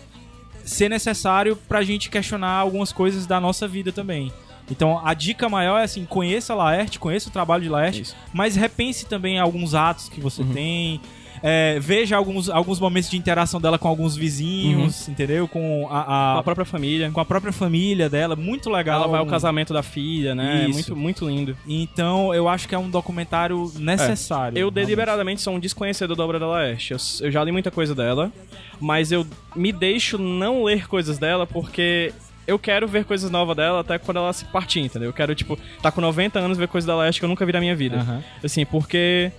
ser necessário pra gente questionar algumas coisas da nossa vida também. Então, a dica maior é assim, conheça a Laerte, conheça o trabalho de Laerte, Isso. Uhum. mas repense também alguns atos que você tem, é, veja alguns, alguns momentos de interação dela com alguns vizinhos, Uhum. entendeu? Com a, a- a própria família. com a própria família dela, muito legal. Hum. né? Ela vai ao casamento da filha, né? É Isso. muito, muito lindo. Então, eu acho que é um documentário necessário. Eu realmente. deliberadamente sou um desconhecedor da obra da Laerte. Eu, s- eu já li muita coisa dela, mas eu me deixo não ler coisas dela porque eu quero ver coisas novas dela até quando ela se partir, entendeu? Eu quero, tipo, tá com 90 anos e ver coisas da Laerte que eu nunca vi na minha vida. Aham. Assim, porque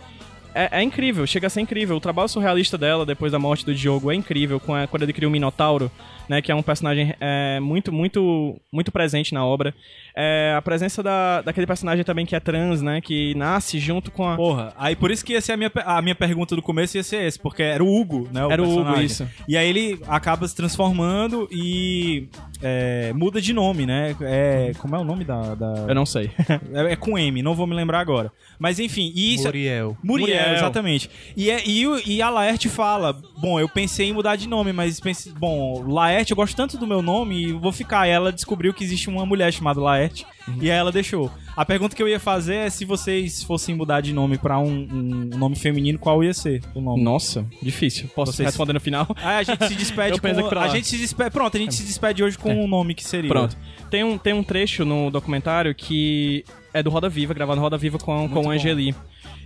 é, é incrível, chega a ser incrível. O trabalho surrealista dela depois da morte do Diogo é incrível, com a, quando ele cria o Minotauro, né, que é um personagem é, muito, muito, muito presente na obra. É, a presença da, daquele personagem também que é trans, né, que nasce junto com a... Porra, aí por isso que ia ser a minha, pe- a minha pergunta do começo ia ser esse, porque era o Hugo, né? Era o Hugo, personagem. isso. E aí ele acaba se transformando e é, muda de nome, né? É, como é o nome da. da- Eu não sei. É, é com M, não vou me lembrar agora. Mas enfim, e é isso. Muriel. Muriel, Muriel. exatamente. E, é- e, o- e a Laerte fala: Bom, eu pensei em mudar de nome, mas pensei, bom, Laerte, eu gosto tanto do meu nome e vou ficar. E ela descobriu que existe uma mulher chamada Laerte e aí ela deixou. A pergunta que eu ia fazer é se vocês fossem mudar de nome pra um, um nome feminino, qual ia ser o nome? Nossa, difícil. Posso Vocês- responder no (laughs) final? Aí a gente se despede (laughs) Eu penso com. que pra A lá. É. gente se despede. Pronto, a gente se despede hoje com um nome que seria. Pronto. Tem um, tem um trecho no documentário que é do Roda Viva, gravado no Roda Viva com, com o Angeli.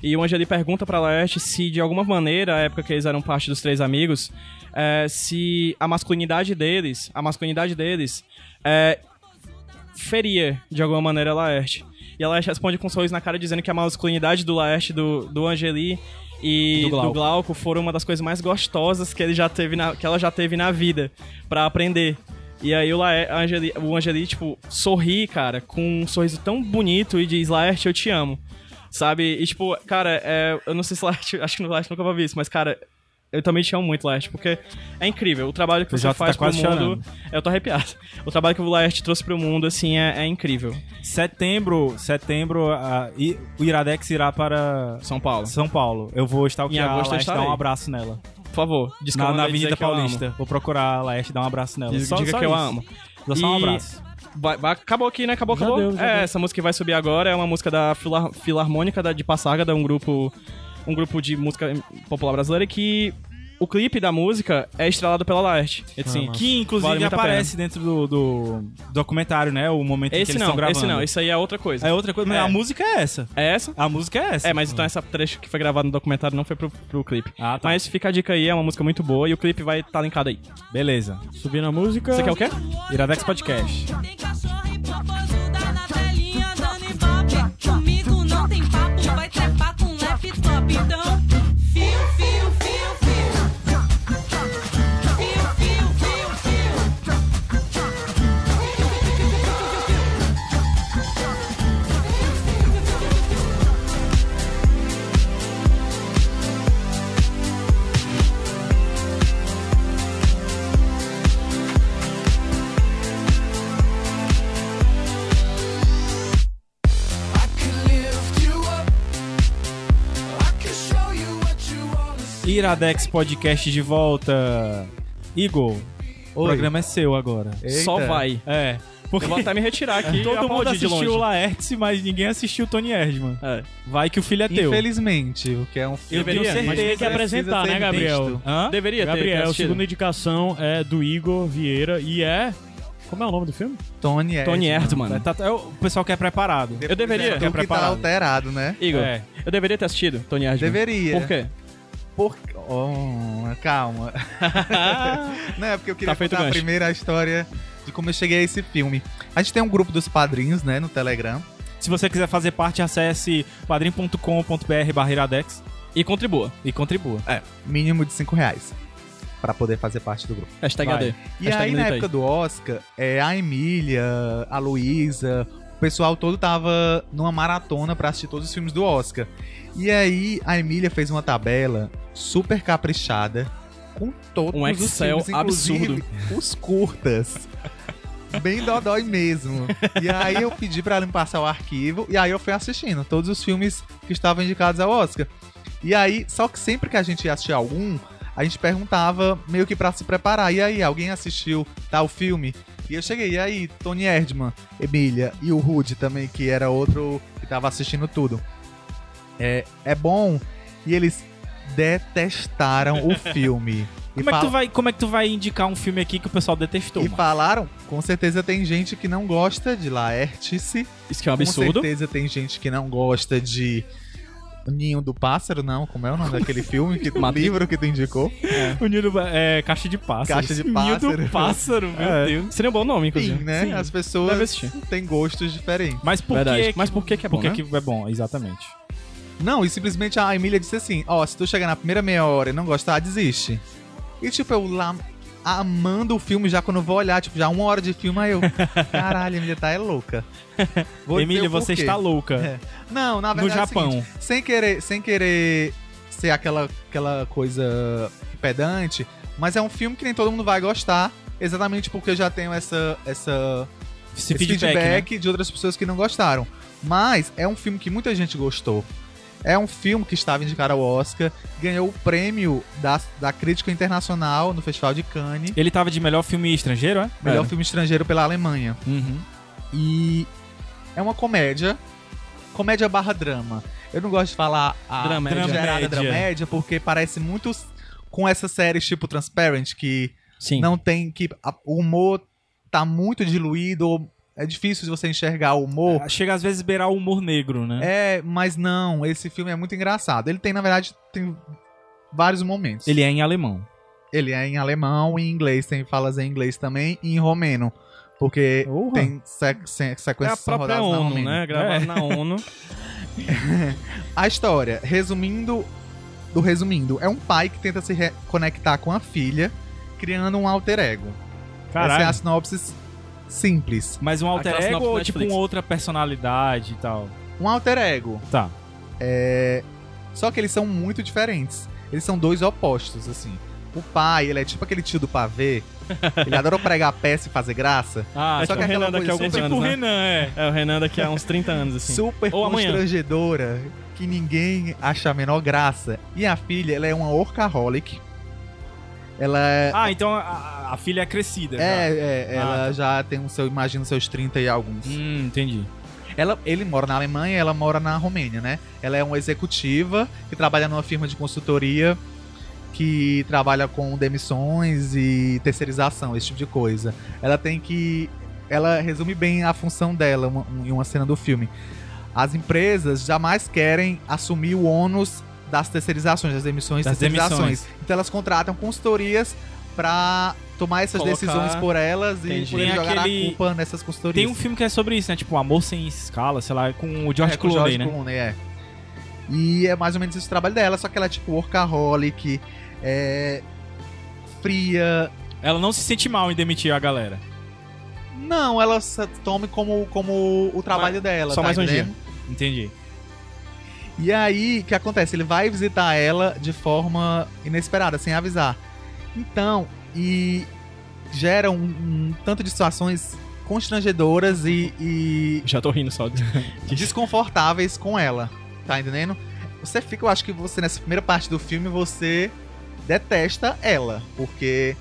E o Angeli pergunta pra Laerte se, de alguma maneira, a época que eles eram parte dos Três Amigos, é, se a masculinidade deles, a masculinidade deles, é, feria, de alguma maneira, a Laerte. E a Laerte responde com um sorriso na cara, dizendo que a masculinidade do Laerte, do, do Angeli e Do do Glauco. Glauco. foram uma das coisas mais gostosas que, ele já teve na, que ela já teve na vida pra aprender. E aí o, Laer, a Angeli, o Angeli, tipo, sorri, cara, com um sorriso tão bonito e diz, Laerte, eu te amo. Sabe? E, tipo, cara, é, eu não sei se Laerte... (laughs) Acho que no Laerte nunca vai ver isso, mas, cara... Eu também te amo muito, Laerte, porque é incrível. O trabalho que Você você, já tá faz quase pro mundo... É, chorando. Eu tô arrepiado. O trabalho que o Laerte trouxe pro mundo, assim, é, é incrível. Setembro, setembro, a- e- o Iradex irá para São Paulo. São Paulo. Eu vou Em stalkear a agosto eu Laerte, dar um estarei. abraço nela. Por favor, diz que eu na, mandei na dizer Avenida que eu amo. Paulista. Vou procurar a Laerte, dar um abraço nela. Diz- diga que eu amo. Dá só um E- abraço. Vai- vai- acabou aqui, né? Acabou, Já acabou. deu, já é, deu. essa música que vai subir agora é uma música da Filar- Filarmônica da, de Passaga, um grupo, um grupo de música popular brasileira que o clipe da música é estrelado pela Laerte. Assim, Que inclusive Vale muito a aparece dentro do, do documentário, né? O momento em que esse eles não, estão gravando. esse não, esse aí é outra coisa. É outra coisa, mas É. a música é essa. É essa? A música é essa. É, mas então essa trecho que foi gravado no documentário não foi pro, pro clipe. Ah, tá. Mas fica a dica aí, é uma música muito boa e o clipe vai estar tá linkado aí. Beleza. Subindo a música. Você quer o quê? Iradex Podcast. Tem cachorro hipopozuda na telinha dando ibope. Comigo não tem papo, vai trepar com laptop. Então, fio, fio, fio, fio. Fio, fio, fio, fio. Iradex Podcast de volta. Igor, o Oi. programa é seu agora. Só Eita. vai. É. Porque (laughs) Eu vou até me retirar aqui. todo mundo aplaudir de longe. assistiu o Laerte, mas ninguém assistiu o Tony Erdman. É. Vai que o filho é teu. Infelizmente, o que é um filme. Eu tenho Deveria, certeza. mas Mas tem que Precisa apresentar, ser né, Gabriel? visto. Hã? Deveria ter. ter Gabriel, assistido. segunda indicação é do Igor Vieira e é. Como é o nome do filme? Tony Erdman. Tony Erdmann. Tá- tá- é o o pessoal que é preparado. Depois Eu deveria. é Quer Tu que tá preparado. alterado, né? Igor, É. eu deveria ter assistido Tony Erdmann. Deveria. Por quê? Por... Oh, calma. (laughs) Não, é porque eu queria Tá feito contar o a gancho. primeira história de como eu cheguei a esse filme. A gente tem um grupo dos padrinhos, né, no Telegram. Se você quiser fazer parte, acesse padrim.com.br barra iradex E contribua. e contribua. Mínimo de 5 reais. Pra poder fazer parte do grupo. Hashtag Vai. AD. E Hashtag aí, na milita época do Oscar, é, a Emília, a Luísa, o pessoal todo tava numa maratona pra assistir todos os filmes do Oscar. E aí, a Emília fez uma tabela super caprichada com todos Um os Excel filmes, inclusive os curtas. Bem dodói mesmo. E aí eu pedi pra ela me passar o arquivo e aí eu fui assistindo todos os filmes que estavam indicados ao Oscar. E aí, só que sempre que a gente ia assistir algum, a gente perguntava meio que pra se preparar. E aí, alguém assistiu tal filme? E eu cheguei, e aí, Tony Erdman, Emília e o Rude também, que era outro que tava assistindo tudo. É, é bom. E eles, (laughs) detestaram o filme. E Como é, que tu fala- vai, como é que tu vai indicar um filme aqui que o pessoal detestou? E mano? falaram, com certeza tem gente que não gosta de Laertice. Isso que é um Com absurdo. certeza tem gente que não gosta de Ninho do Pássaro, não. Como é o nome (laughs) daquele filme, que, livro que tu indicou? O Nino é caixa de pássaro. Caixa de Nino pássaro. pássaro, meu É, Deus. Seria um bom nome, Sim, inclusive. né? As Deve pessoas assistir. têm gostos diferentes. Mas por Verdade. que... Mas por que que é bom, Por que, né? que é bom, exatamente. Não, e simplesmente a Emília disse assim: ó, se tu chegar na primeira meia hora e não gostar, desiste. E tipo, eu lá amando o filme já quando eu vou olhar, tipo, já uma hora de (laughs) filme, aí eu. Caralho, a Emília tá é louca. Vou dizer Emília, o porquê. você está louca. É. Não, na No verdade. é o Japão. seguinte, sem querer, sem querer ser aquela, aquela coisa pedante, mas é um filme que nem todo mundo vai gostar. Exatamente porque eu já tenho essa, essa Esse esse feedback, feedback, né? de outras pessoas que não gostaram. Mas é um filme que muita gente gostou. É um filme que estava indicado ao Oscar, ganhou o prêmio da, da crítica internacional no Festival de Cannes, Ele tava de melhor filme estrangeiro, é? melhor filme estrangeiro pela Alemanha. Uhum. E é uma comédia, comédia barra drama. Eu não gosto de falar a Dramédia. gerada Dramédia. dramédia porque parece muito s- com essas séries tipo Transparent que Sim. não tem que. a- o humor tá muito diluído, ou é difícil de você enxergar o humor. É. Chega às vezes beirar o humor negro, né? É, mas não, esse filme é muito engraçado. Ele tem, na verdade, tem vários momentos. Ele é em alemão. Ele é em alemão e em inglês, tem falas em inglês também e em romeno. Porque Porra. tem se se É a sequências que são própria rodadas na ONU, romeno. né? Gravado É. na ONU. A história, resumindo do resumindo, é um pai que tenta se re- conectar com a filha, criando um alter ego. Essa é (laughs) a Caralho. sinopse simples. Mas um alter Aquela ego sinopse ou Netflix. tipo uma outra personalidade e tal? Um alter ego. Tá. É, Só que eles são muito diferentes. Eles são dois opostos, assim. O pai, ele é tipo aquele tio (laughs) do pavê. Ele adora pregar peça e fazer graça. Ah, só Só que que aquela o Renan daqui a coisa- alguns É anos, tipo né? Renan, é. É, o Renan daqui a uns 30 anos, assim. Super Ou amanhã. constrangedora, que ninguém acha a menor graça. E a filha, ela é uma orcaholic. Ela é. Ah, então a, a filha é crescida. já. é, é, Ah, ela já tem o seu, imagino, seus 30 e alguns. Hum, entendi. Ela, ele mora na Alemanha, ela mora na Romênia, né? Ela é uma executiva que trabalha numa firma de consultoria que trabalha com demissões e terceirização, esse tipo de coisa. Ela tem que. Ela resume bem a função dela uma- um- em uma cena do filme. As empresas jamais querem assumir o ônus das terceirizações, das demissões e Das terceirizações. Então elas contratam consultorias pra tomar essas Colocar- decisões por elas Entendi. e poder Tem jogar aquele- a culpa nessas consultorias. Tem um filme que é sobre isso, né? Tipo, Amor Sem Escala, sei lá, com o George É, com o Clooney, George né? Clooney, é. E é mais ou menos esse o trabalho dela, só que ela é tipo workaholic, é. fria. Ela não se sente mal em demitir a galera. Não, ela se- tome como, como o trabalho dela. tá só mais um entendendo? Entendi. E aí, o que acontece? Ele vai visitar ela de forma inesperada, sem avisar. Então, e gera um, um tanto de situações constrangedoras e- e É. Já tô rindo só. desconfortáveis com ela, tá entendendo? Você fica, eu acho que você nessa primeira parte do filme você detesta ela, porque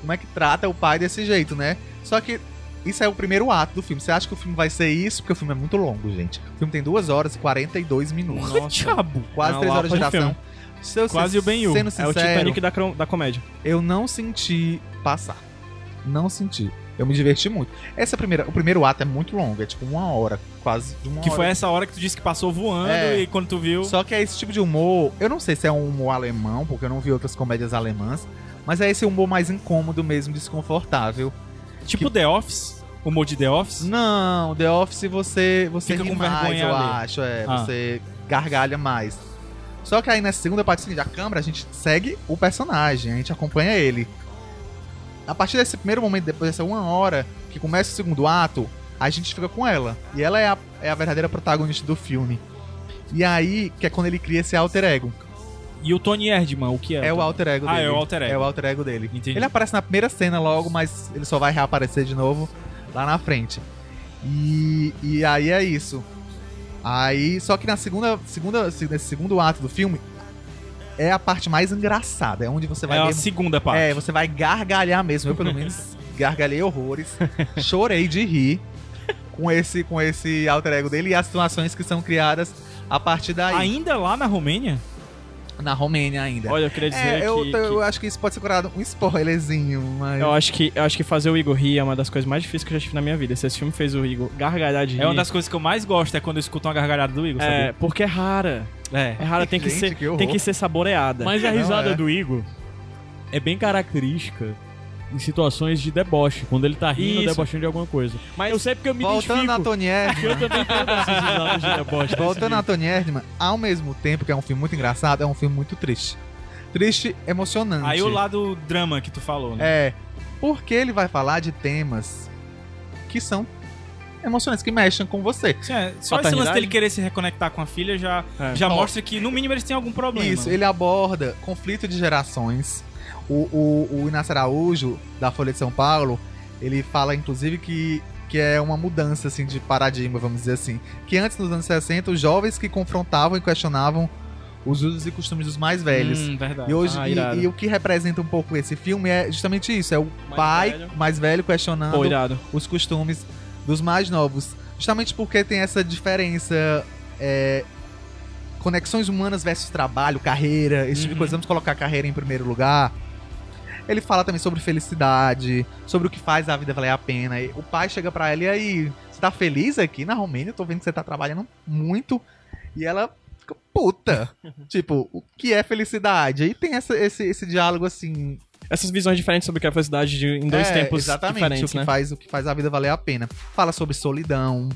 como é que trata o pai desse jeito, né? Só que isso é o primeiro ato do filme. Você acha que o filme vai ser isso? Porque o filme é muito longo, gente. O filme tem 2 horas e 42 minutos. Que diabo? Quase é uma 3 horas de lapa de duração. Se (laughs) eu Quase ser o Ben-Hur. Sendo É o sincero, Titanic da, crom- da comédia. eu não senti passar. Não senti. Eu me diverti muito. Essa primeira, o primeiro ato é muito longo, é tipo uma hora, quase uma Que hora. foi essa hora que tu disse que passou voando É. e quando tu viu. Só que é esse tipo de humor. Eu não sei se é um humor alemão, porque eu não vi outras comédias alemãs. Mas é esse humor mais incômodo mesmo, desconfortável. Tipo The Office, o humor de The Office. Não, The Office você, você Fica ri com mais, vergonha eu ali. acho. É, Ah. Você gargalha mais. Só que aí na segunda parte seguinte, a câmera, a gente segue o personagem, a gente acompanha ele. A partir desse primeiro momento, depois dessa uma hora que começa o segundo ato, a gente fica com ela. E ela é a, é a verdadeira protagonista do filme. E aí, que é quando ele cria esse alter ego. E o Tony Erdman, o que é? É o alter ego Ah, dele. é o alter ego. É o alter ego dele. Entendi. Ele aparece na primeira cena logo, mas ele só vai reaparecer de novo lá na frente. E, e aí é isso. Aí, só que na segunda, segunda, se- nesse segundo ato do filme é a parte mais engraçada, é onde você vai É a ver- segunda parte. é, você vai gargalhar mesmo. Eu pelo (laughs) menos gargalhei horrores, chorei de rir com esse com esse alter ego dele e as situações que são criadas a partir daí. Ainda lá na Romênia? na Romênia ainda. Olha, eu queria dizer é, eu, que, tô- eu que- acho que isso pode ser curado um spoilerzinho, mas. eu acho que eu acho que fazer o Igor rir é uma das coisas mais difíceis que eu já tive na minha vida. Se esse filme fez o Igor gargalhar de rir. É uma das coisas que eu mais gosto, é quando eu escuto uma gargalhada do Igor, É, sabe? porque é rara. É. É rara, tem que Gente, ser que horror. tem que ser saboreada. Mas a Não, risada é. do Igor é bem característica em situações de deboche, quando ele tá rindo, Isso. debochando de alguma coisa. (laughs) Mas- eu sei porque eu me Voltando a identifico. Tony porque Erdmann, eu também tenho essas risadas de deboche. (laughs) desse voltando jeito. a Tony Erdmann, ao mesmo tempo que é um filme muito engraçado, é um filme muito triste. Triste, emocionante. Aí o lado drama que tu falou, né? É. Porque ele vai falar de temas que são emocionantes, que mexem com você. Sim, é, Só esse lance Paternidade? dele querer se reconectar com a filha já, É. já Ó. mostra que, no mínimo, eles têm algum problema. Isso, ele aborda conflito de gerações. O, o, o Inácio Araújo, da Folha de São Paulo, ele fala, inclusive, que, que é uma mudança assim, de paradigma, vamos dizer assim. Que antes, nos anos 60, os jovens que confrontavam e questionavam os usos e costumes dos mais velhos. Hum, verdade. E hoje Ah, e- irado. e, o que representa um pouco esse filme é justamente isso, é o Mais pai velho. mais velho questionando Pô, irado. os costumes dos mais novos. Justamente porque tem essa diferença. é, conexões humanas versus trabalho, carreira, esse tipo de coisa. Vamos colocar a carreira em primeiro lugar. Ele fala também sobre felicidade, sobre o que faz a vida valer a pena. E o pai chega pra ela e aí, você tá feliz aqui na Romênia? Eu tô vendo que você tá trabalhando muito. E ela fica puta. tipo, o que é felicidade? Aí tem essa- esse, esse diálogo assim, Essas visões diferentes sobre o que é a felicidade de- em dois é, tempos exatamente, o diferentes, que né? faz o que faz a vida valer a pena. Fala sobre solidão.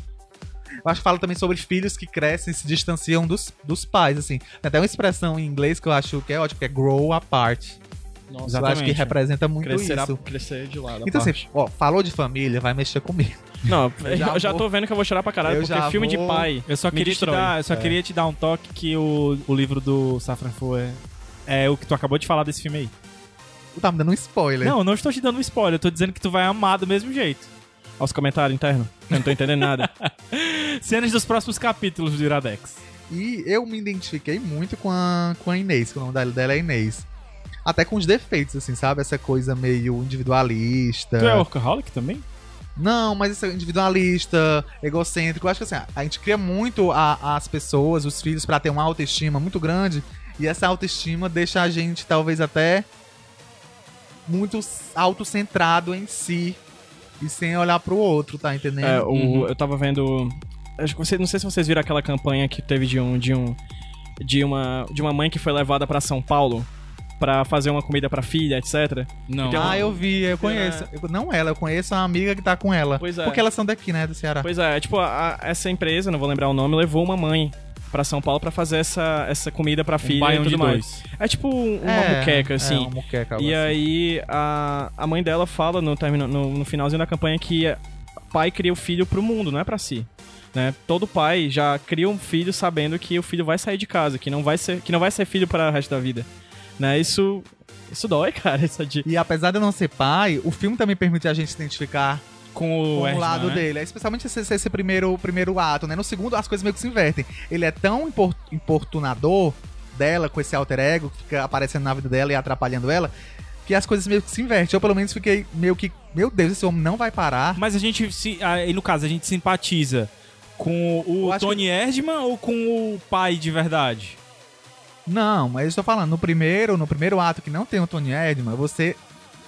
Eu acho que fala também sobre filhos que crescem e se distanciam dos, dos pais, assim. Tem até uma expressão em inglês que eu acho que é ótimo, que é grow apart. Nossa, Eu acho que Exatamente. representa muito crescer, a- isso. crescer de lado. a Então, parte. assim, ó, falou de família, vai mexer comigo. (laughs) Não, Eu eu já já, vou- tô vendo que eu vou chorar pra caralho, Eu já porque filme vou- de pai. Eu só, me queria te, destrói. dar, eu só É. queria te dar um toque que o, o livro do Safran Foer é o que tu acabou de falar desse filme aí. Tu tá me dando um spoiler. Não, eu não estou te dando um spoiler, eu tô dizendo que tu vai amar do mesmo jeito. Olha os comentários internos. Eu não tô entendendo nada. Cenas dos próximos capítulos do É. Iradex. E eu me identifiquei muito com a, com a Inês, que o nome dela, dela é Inês. Até com os defeitos, assim, sabe? Essa coisa meio individualista. Tu é workaholic também? Não, mas isso é individualista, egocêntrico. Eu acho que assim, a gente cria muito a- as pessoas, os filhos, pra ter uma autoestima muito grande. E essa autoestima deixa a gente, talvez, até muito s- autocentrado em si. E sem olhar pro outro, tá entendendo? É, o- Eu tava vendo. acho que vocês- não sei se vocês viram aquela campanha que teve de um. De, um, de, uma, de uma mãe que foi levada pra São Paulo pra fazer uma comida pra filha, etc. Não. ah, eu vi, eu conheço. Eu- não ela, eu conheço a amiga que tá com ela. Pois é. Porque elas são daqui, né, do Ceará. Pois é, tipo, a- a- essa empresa, não vou lembrar o nome, levou uma mãe pra São Paulo pra fazer essa, essa comida pra filha um e baião tudo de mais. dois. É tipo um- uma É, muqueca, é, assim. uma muqueca, E assim. aí a, a mãe dela fala no, termina- no, no finalzinho da campanha que é, pai cria o filho pro mundo, não é pra si. Né? Todo pai já cria um filho sabendo que o filho vai sair de casa, que não vai ser, que não vai ser filho para o resto da vida. Né? Isso isso dói, (laughs) cara, essa de E apesar de eu não ser pai, o filme também permite a gente se identificar Com o, com o Erdmann, lado né? dele. É Especialmente esse, esse- esse primeiro, primeiro ato, né? No segundo, as coisas meio que se invertem. Ele é tão impor- importunador dela, com esse alter ego que fica aparecendo na vida dela e atrapalhando ela, que as coisas meio que se invertem. Eu, pelo menos, fiquei meio que... Meu Deus, esse homem não vai parar. Mas a gente, se, aí, no caso, a gente simpatiza com Eu o acho Tony Erdmann ou com o pai de verdade? Não, mas eu estou falando, no primeiro, no primeiro ato que não tem o Tony Edman, você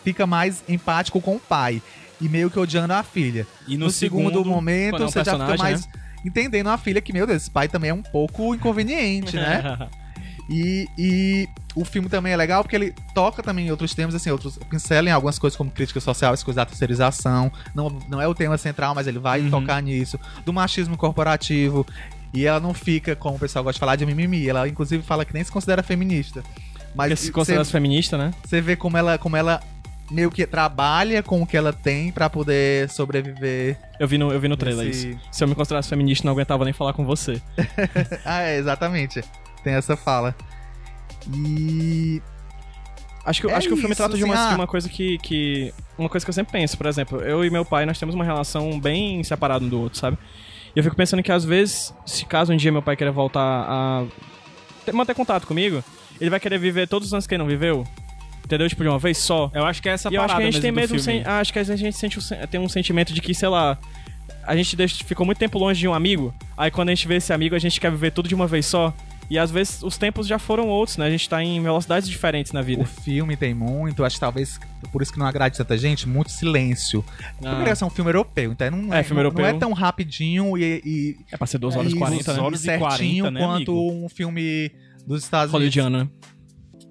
fica mais empático com o pai e meio que odiando a filha. E No, segundo, momento, quando é um você já fica personagem, mais entendendo a filha que, meu Deus, esse pai também é um pouco inconveniente, né? (laughs) E, e o filme também é legal porque ele toca também em outros temas, assim, outros pincela em algumas coisas como crítica social, essas coisas da terceirização. Não, não é o tema central, mas ele vai Uhum. tocar nisso. Do machismo corporativo. E ela não fica, como o pessoal gosta de falar, de mimimi. Ela, inclusive, fala que nem se considera feminista. que Mas se considera feminista, né? você vê como ela, como ela meio que trabalha com o que ela tem pra poder sobreviver. Eu vi no eu vi no trailer Esse- isso. Se eu me considerasse feminista, não aguentava nem falar com você. Ah, é, exatamente. Tem essa fala. E Acho que, É acho que o filme isso, trata de assim, uma, ah. de uma coisa que, que. Uma coisa que eu sempre penso, por exemplo, eu e meu pai, nós temos uma relação bem separada um do outro, sabe? E eu fico pensando que às vezes, se caso um dia meu pai queira voltar a ter- manter contato comigo, ele vai querer viver todos os anos que ele não viveu. Entendeu? Tipo, de uma vez só. Eu acho que é essa E eu parada acho que a gente mesmo tem do mesmo. filme. sen- acho que a gente sente um sen- tem um sentimento de que, sei lá. A gente deixa- ficou muito tempo longe de um amigo. Aí quando a gente vê esse amigo, a gente quer viver tudo de uma vez só. E às vezes os tempos já foram outros, né? A gente tá em velocidades diferentes na O vida. filme tem muito, acho que talvez por isso que não agrade tanta gente, muito silêncio. Ah. Porque esse é um filme europeu, então não é, É, filme não- europeu. não é tão rapidinho e, e, É pra ser 2 horas e e 40, né? horas e certinho 40, né, quanto amigo? um filme dos Estados Unidos. Hollywoodiana, né?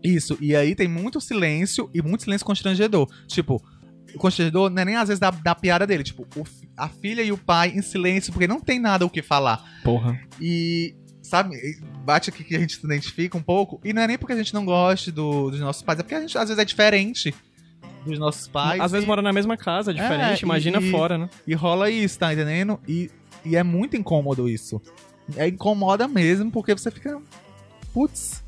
Isso, e aí tem muito silêncio e muito silêncio constrangedor. Tipo, o constrangedor não é nem às vezes da, da piada dele, tipo, o fi- a filha e o pai em silêncio porque não tem nada o que falar. Porra. E, sabe, bate aqui que a gente se identifica um pouco, e não é nem porque a gente não goste do- dos nossos pais, é porque a gente às vezes é diferente dos nossos pais. Às e- vezes mora na mesma casa, é diferente, e- imagina e- fora, né? E rola isso, tá entendendo? E, e é muito incômodo isso. É incomoda mesmo, porque você fica. Putz.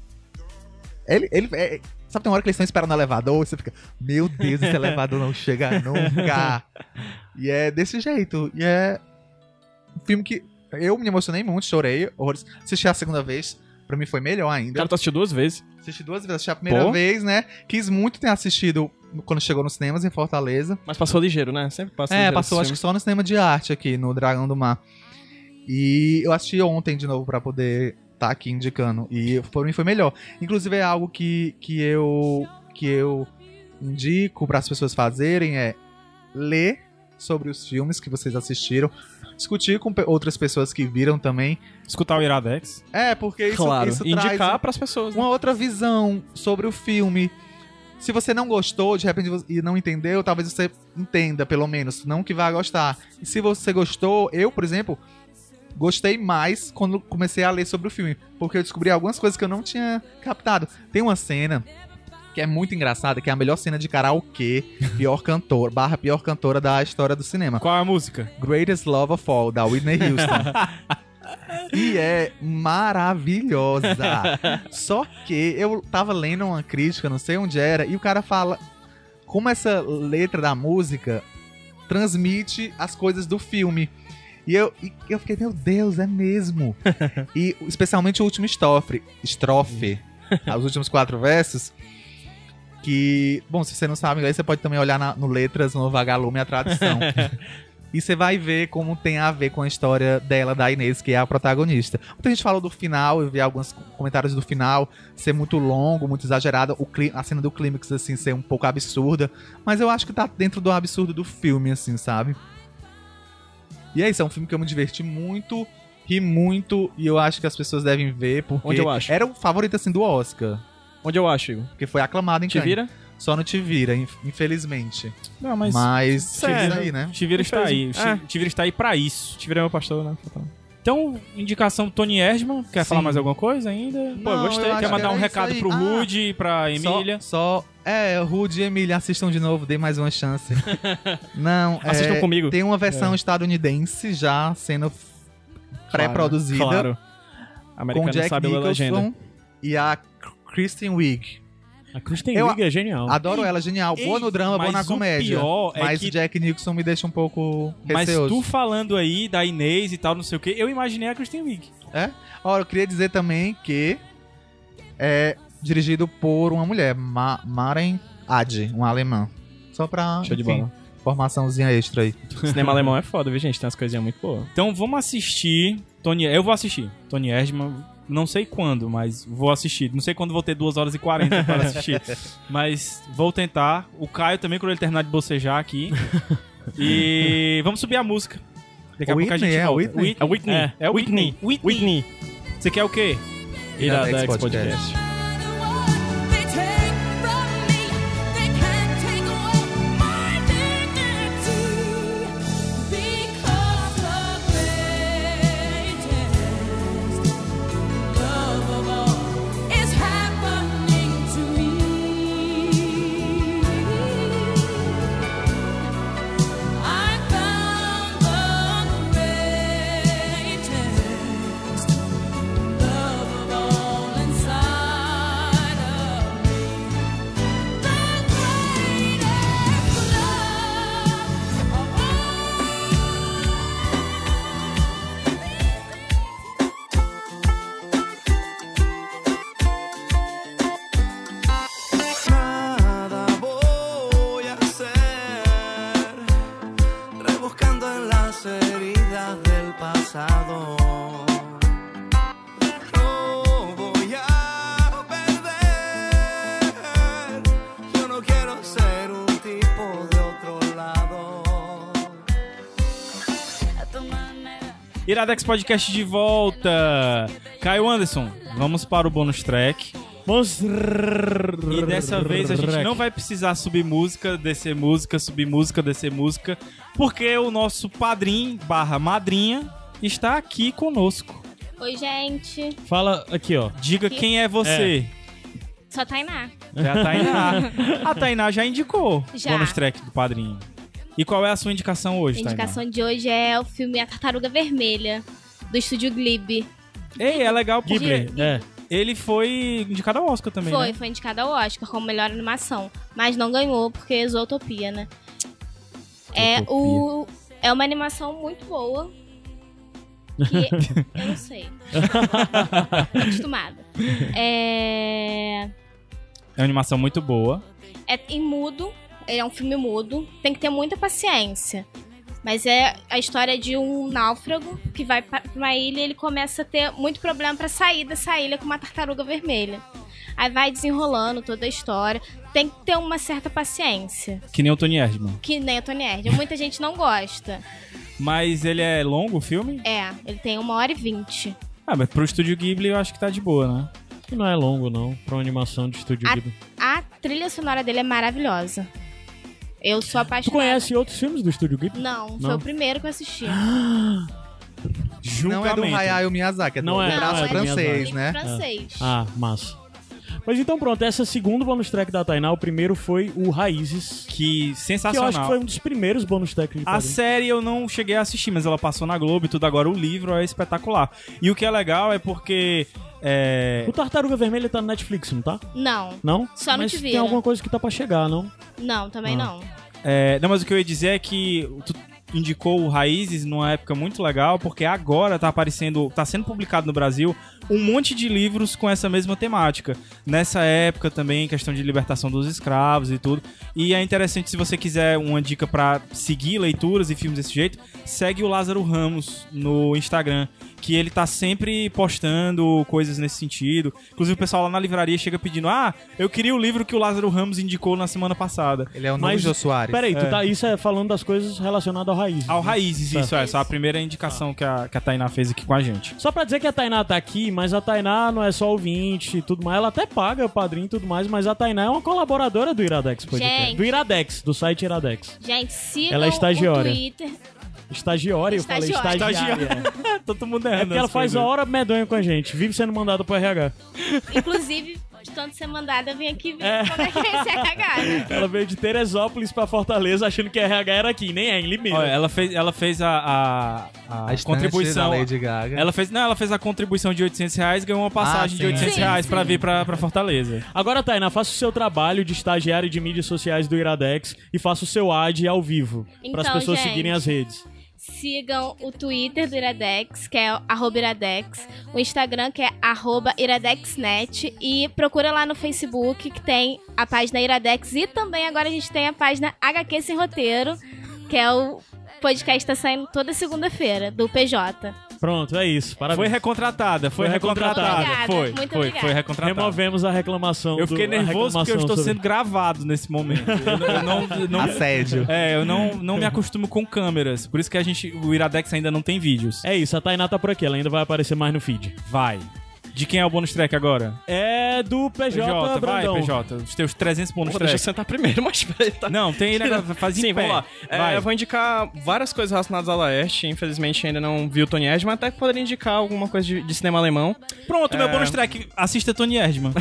Ele. ele é- sabe, tem uma hora que eles estão esperando o elevador, e você fica. Meu Deus, esse elevador não chega (laughs) nunca. E é desse jeito. E é. Um filme que. Eu me emocionei muito, chorei. Horrores. Assisti a segunda vez. Pra mim foi melhor O ainda. cara tá assistindo duas vezes. Assisti duas vezes. Assisti a primeira Pô. vez, né? Quis muito ter assistido quando chegou nos cinemas em Fortaleza. Mas passou ligeiro, né? Sempre passa É, ligeiro passou acho esses que só no cinema de arte aqui, no Dragão do Mar. E eu assisti ontem de novo pra poder estar aqui indicando. E pra mim foi melhor. Inclusive é algo que, que eu que eu indico para as pessoas fazerem é ler sobre os filmes que vocês assistiram, discutir com pe- outras pessoas que viram também. Escutar o Iradex. É, porque isso, filmes. Claro, isso indicar traz pras pessoas. né? uma outra visão sobre o filme. Se você não gostou, de repente, vo- e não entendeu, talvez você entenda, pelo menos. Não que vá gostar. E se você gostou, eu, por exemplo, gostei mais quando comecei a ler sobre o filme. Porque eu descobri algumas coisas que eu não tinha captado. Tem uma cena que é muito engraçada, que é a melhor cena de karaokê, (laughs) pior cantor, barra pior cantora da história do cinema. Qual é a música? Greatest Love of All, da Whitney Houston. e é maravilhosa. Só que eu tava lendo uma crítica, não sei onde era, e o cara fala como essa letra da música transmite as coisas do filme. E eu, e eu fiquei, meu Deus, é mesmo. e especialmente o último estrofe, estrofe, os últimos quatro versos, que, bom, se você não sabe inglês, você pode também olhar na- no Letras, no Vagalume, (laughs) a tradução. E você vai ver como tem a ver com a história dela, da Inês, que é a protagonista. Muita gente falou do final, eu vi alguns comentários do final ser muito longo, muito exagerado, o cli- a cena do clímax, assim, ser um pouco absurda. Mas eu acho que tá dentro do absurdo do filme, assim, sabe? E é isso, é um filme que eu me diverti muito, ri muito, e eu acho que as pessoas devem ver, porque Onde eu acho? era o favorito, assim, do Oscar. Onde eu acho, Igor? Porque foi aclamado em Te Cannes. vira? Só não te vira, inf- infelizmente. Não, Mas, é Te isso vira- aí, né? Te vira está aí. Infelizmente. É. Te- Te vira está aí pra isso. Te vira meu pastor, né? Então, indicação do Tony Erdman. Quer Sim. falar mais alguma coisa ainda? Pô, eu gostei. Quer acho mandar que um era recado isso aí. pro Ah, Rude, pra Só- Emília? Só, É, Rude e Emília, assistam de novo, dê mais (laughs) uma chance. Não, é, Assistam comigo. Tem uma versão É. estadunidense já sendo f- pré-produzida Claro. com Americano Jack sabe ler legenda. Nicholson e a Kristen Wiig. A Kristen Eu- Wiig é genial. Adoro ela, genial. Boa no drama, boa Mas na o comédia. pior é mas que- Jack Nicholson me deixa um pouco Mas receoso. tu falando aí da Inês e tal, não sei o que, eu imaginei a Kristen Wiig. Ora, eu queria dizer também que é dirigido por uma mulher, Ma Maren Adi, uma alemã. Só pra, Show de enfim, bola. formaçãozinha extra aí. Cinema alemão é foda, viu, gente? Tem umas coisinhas muito boas. Então vamos assistir Tony. Eu vou assistir Tony Erdman. Não sei quando, mas vou assistir. Não sei quando vou ter 2 horas e 40 para assistir. (laughs) mas vou tentar. O Caio também, quando ele terminar de bocejar aqui. E vamos subir a música. Daqui a pouco a Whitney, gente é volta. Whitney? É Whitney. É, é Whitney. Whitney. Whitney. Você quer o quê? Iradex Iradex Podcast. Podcast. They take from me, they can't take away my dignity because the greatest love of all is happening to me. I found the greatest. Love of all inside of me. The greatest love of Nada voy a hacer rebuscando en las heridas del pasado. No voy Iradex Podcast de volta. Caio Anderson, vamos para o bônus track. Monstro. E dessa vez a gente não vai precisar subir música, descer música, subir música, descer música, porque o nosso padrinho barra madrinha está aqui conosco. Oi, gente. Fala aqui, ó. Diga quem é você. Sou a Tainá. É a Tainá. a Tainá já indicou o Já. bônus track do padrinho. E qual é a sua indicação A hoje, indicação de hoje é o filme A Tartaruga Vermelha, do estúdio Ghibli. Tainá? Ei, é legal porque Ghibli. É. ele foi indicado ao Oscar também, foi, né? foi indicada ao Oscar como melhor animação, mas não ganhou porque é Zootopia, né? É o é uma animação muito boa. (laughs) Que eu não sei. Tô acostumada. É... É uma animação muito boa. é em mudo, ele é um filme mudo, tem que ter muita paciência. Mas é a história de um náufrago que vai pra pra uma ilha e ele começa a ter muito problema pra sair dessa ilha com uma tartaruga vermelha. Aí vai desenrolando toda a história. Tem que ter uma certa paciência. Que nem o Tony Erdman. Que nem a Tony Erd. Muita gente não gosta. Mas ele é longo o filme? É, ele tem uma hora e vinte. Ah, mas pro estúdio Ghibli eu acho que tá de boa, né? Que não é longo, não. Pra uma animação de estúdio Ah, Ghibli. A trilha sonora dele é maravilhosa. Eu sou Tu apaixonada. conhece outros filmes do estúdio Ghibli? Não, foi Não? o primeiro que eu assisti. Não é do Julgamento. Hayao Miyazaki, é do Não é, braço não é do francês, em né? francês. Ah, massa. Mas então pronto, essa é a segunda bonus track da Tainá. O primeiro foi o Raízes. Que Que eu sensacional. Ah, acho que foi um dos primeiros bonus tracks de A Padrinho. série eu não cheguei a assistir, mas ela passou na Globo e tudo. Agora o livro é espetacular. E o que é legal é porque. é, O Tartaruga Vermelha tá no Netflix, não tá? Não. Não? Só no né? Mas Te tem Vira. alguma coisa que tá pra chegar, não? Não, também Ah. não. é, não, mas o que eu ia dizer é que tu indicou o Raízes numa época muito legal, porque agora tá aparecendo, tá sendo publicado no Brasil um monte de livros com essa mesma temática. Nessa época também, questão de libertação dos escravos e tudo. E é interessante, se você quiser uma dica pra seguir leituras e filmes desse jeito, segue o Lázaro Ramos no Instagram, que ele tá sempre postando coisas nesse sentido. Inclusive o pessoal lá na livraria chega pedindo, ah, eu queria o livro que o Lázaro Ramos indicou na semana passada. Ele é o novo Mas- Jô Soares. Peraí, tu tá, isso é falando das coisas relacionadas ao Raízes. Ao né? Raízes, Tá. isso é, só a primeira indicação que, a, que a Tainá fez aqui com a gente. Só pra dizer que a Tainá tá aqui, mas a Tainá não é só ouvinte e tudo mais. Ela até paga o padrinho e tudo mais, mas a Tainá é uma colaboradora do Iradex Podcast. Gente. Do Iradex, do site Iradex. Gente, sigam Ela é estagiária. o Twitter. Estagiária, eu falei Estagiária. estagiária. (laughs) Todo mundo É porque ela faz a ó. hora medonha com a gente. Vive sendo mandada pro RH. Inclusive, de tanto ser mandada, eu vim aqui ver É. como é que é esse RH, né? Ela veio de Teresópolis pra Fortaleza achando que RH era aqui. Nem é, em Limeira. ela fez, ela fez a, a- a A estante contribuição. da Lady Gaga. Ela fez, não, ela fez a contribuição de 800 reais e ganhou uma passagem Ah, de sim. 800 Sim, reais sim. pra vir pra, pra Fortaleza. Agora, Tainá, faça o seu trabalho de estagiário de mídias sociais do Iradex e faça o seu ad ao vivo. para as Então, pessoas gente. seguirem as redes. Sigam o Twitter do Iradex, que é arroba Iradex. O Instagram, que é arroba IradexNet. E procura lá no Facebook, que tem a página Iradex. E também agora a gente tem a página HQ Sem Roteiro, que é o podcast que tá saindo toda segunda-feira, do PJ. Pronto, é isso. Foi Parabéns. recontratada, foi, Foi recontratada. recontratada. Foi, Muito foi, obrigada. foi recontratada. Removemos a reclamação. Eu fiquei do- a nervoso porque eu estou reclamação sendo gravado nesse momento. Eu não- eu não- eu não- Assédio. é, eu não, não me acostumo com câmeras. Por isso que a gente, o Iradex ainda não tem vídeos. sobre- É isso, a Tainá tá por aqui, ela ainda vai aparecer mais no feed. Vai. De quem é o bônus track agora? É do PJ, vai, Brandão. PJ. Os teus 300 bônus Pô, deixa eu track. sentar primeiro, (laughs) mas peraí, tá. Não, tem negócio, (laughs) faz em Sim, pé. vamos lá. É, Vai. eu vou indicar várias coisas relacionadas à Laerte. Infelizmente ainda não vi o Tony Ed, mas até que poderia indicar alguma coisa de, de cinema alemão. Pronto, meu É. bônus track. Assista Tony Erdman.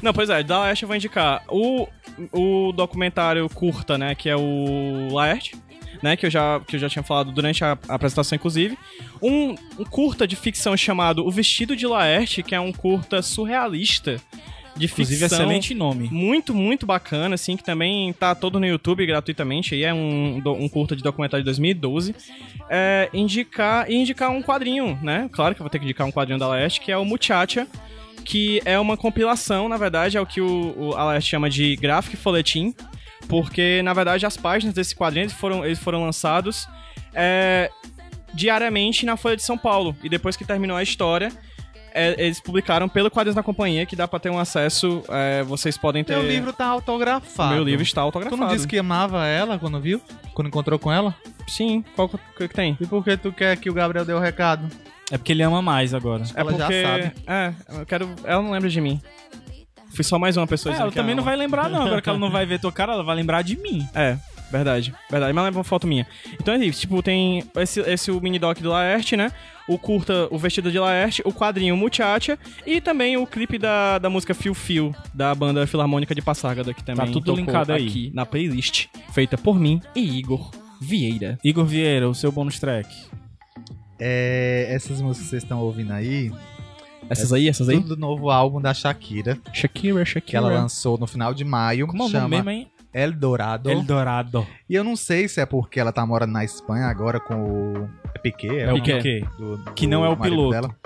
Não, pois é, da Laerte eu vou indicar o, o documentário curta, né? Que é o Laerte, né? Que eu já, que eu já tinha falado durante a, a apresentação, inclusive. Um, um curta de ficção chamado O Vestido de Laerte, que é um curta surrealista (laughs) de Inclusive, ficção. excelente nome. Muito, muito bacana, assim, que também tá todo no YouTube gratuitamente. E é um, do- um curta de documentário de 2012. É, indicar e indicar um quadrinho, né? Claro que eu vou ter que indicar um quadrinho da Leste, que é o Muchacha, que é uma compilação, na verdade, é o que o, o a Leste chama de Graphic Folhetim. Porque, na verdade, as páginas desse quadrinho eles foram, eles foram lançados é, diariamente na Folha de São Paulo. E depois que terminou a história. é, eles publicaram pelo Quadrinhos da Companhia, que dá pra ter um acesso. é, vocês podem ter. Teu livro tá autografado. Meu livro está Tu autografado. não disse que amava ela quando viu? Quando encontrou com ela? Sim, qual que, que que tem? E por que tu quer que o Gabriel dê o recado? É porque ele ama mais agora. Ela já sabe. É, eu quero. Ela não lembra de mim. Fui só mais uma É, pessoa dizendo ela que também não ama. vai lembrar, não. Agora que ela não vai ver tua cara, ela vai lembrar de mim. É, verdade. Verdade. Mas leva uma foto minha. Então é isso. Tipo, tem esse, esse o mini doc do Laerte, né? O curta, o vestido de Laerte, o quadrinho Muchacha e também o clipe da, da música Fio Fio, da banda Filarmônica de Passárgada, que também Tá tudo tocou linkado aí. aqui na playlist, feita por mim e Igor Vieira. Igor Vieira, o seu bônus track. É, essas músicas que vocês estão ouvindo aí, Essas aí, essas aí? tudo do novo álbum da Shakira, Shakira, que Shakira. ela lançou no final de maio, Uhum. Como é o nome chama mesmo, hein? El Dorado. Eldorado. E eu não sei se é porque ela tá morando na Espanha agora com o é Piqué, É o Piqué, quê? do- do Que não é o marido piloto. dela.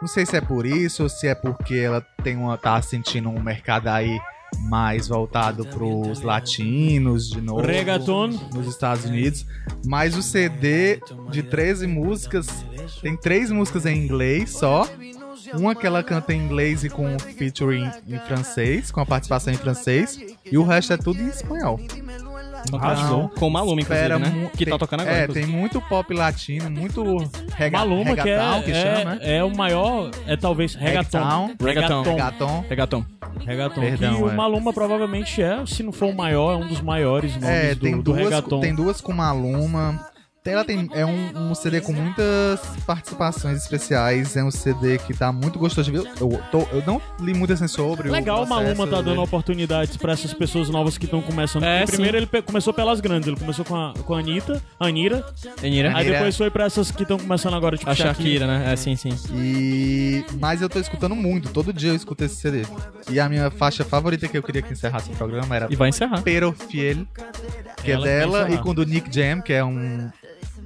Não sei se é por isso ou se é porque ela tem uma, tá sentindo um mercado aí mais voltado pros latinos de novo. Reggaeton. Nos Estados Unidos. Mas o CD de 13 músicas, tem três músicas em inglês só. Uma que ela canta em inglês e com featuring em francês, com a participação em francês. E o resto é tudo em espanhol. Então, Arrasou. Com o Maluma, inclusive, Espera né? mu- Que tá tem- tocando agora. É, inclusive. tem muito pop latino, muito rega, Maluma, que, é, reggaeton, que chama, é, né? é o maior, é talvez reggaeton. Reggaeton. Reggaeton. Reggaeton. Regatão. Reggaeton. Perdão, é um que o é. Maluma provavelmente é, se não for o maior, é um dos maiores nomes É, do, tem, do duas, reggaeton. tem duas com Maluma. Tem- Ela tem, é um, um CD com muitas participações especiais. É um CD que tá muito gostoso de ver. Eu, tô- eu não li muito assim sobre. o Legal o Maluma processo tá dando dele. oportunidades pra essas pessoas novas que estão começando. É, Porque sim. primeiro ele pe- começou pelas grandes, ele começou com a, com a Anitta, a Anira, Enira. aí Anira. depois foi pra essas que estão começando agora, tipo A Shakira, né? É, sim, sim. E... Mas eu tô escutando muito. Todo dia eu escuto esse CD. E a minha faixa favorita que eu queria que encerrasse o programa era E vai encerrar. Pero Fiel, Ela que é que vai dela, encerrar. e com o do Nick Jam, que é um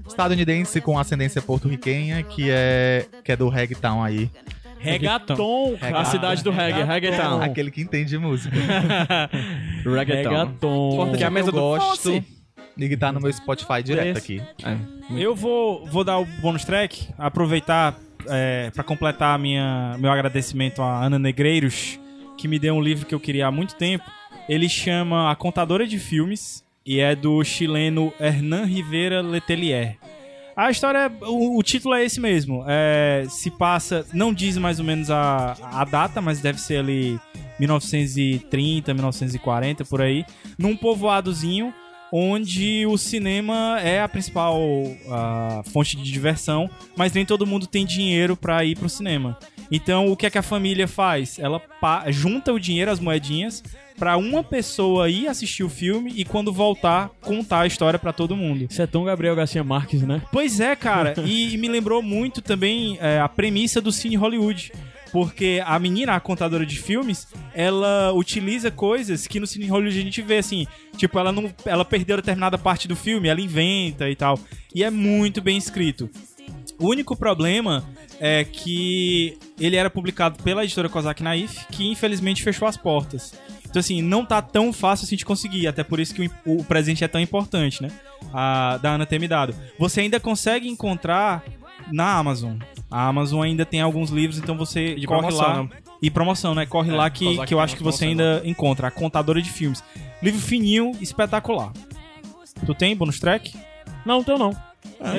estadunidense com ascendência porto-riquenha, que é, que é do reggaeton aí. Regaton, cara. A cidade do reggae, reggaeton. É Aquele que entende música. (laughs) Reggaeton. Regaton. Porque é a mesa eu do gosto. gosto. É. E que tá no meu Spotify direto aqui. Eu vou, vou dar o bônus track, aproveitar é, para completar a minha, meu agradecimento à Ana Negreiros, que me deu um livro que eu queria há muito tempo. Ele chama A Contadora de Filmes e é do chileno Hernan Rivera Letelier. A história, é- o, o título é esse mesmo. É, se passa, não diz mais ou menos a, a data, mas deve ser ali 1930, 1940, por aí. Num povoadozinho onde o cinema é a principal ah, fonte de diversão, mas nem todo mundo tem dinheiro pra ir pro cinema. Então, o que é que a família faz? Ela pa- junta o dinheiro, as moedinhas, pra uma pessoa ir assistir o filme e quando voltar, contar a história pra todo mundo. Isso é tão Gabriel Garcia Marques, né? Pois é, cara, e, e me lembrou muito também é, a premissa do Cine Hollywood. Porque a menina, a contadora de filmes, ela utiliza coisas que no Cine Hollywood a gente vê, assim. Tipo, ela não. Ela perdeu determinada parte do filme, ela inventa e tal. E é muito bem escrito. O único problema é que ele era publicado pela editora Kozak Naif, que infelizmente fechou as portas. Então, assim, não tá tão fácil assim de conseguir, até por isso que o, im- o presente é tão importante, né? A, da Ana ter me dado. Você ainda consegue encontrar na Amazon. A Amazon ainda tem alguns livros, então você corre lá. né? E promoção, né? Corre É, lá que, Kozak que eu tem acho que uma você promoção ainda encontra. A Contadora de Filmes. Livro fininho, espetacular. Tu tem bônus track? Não, então não. É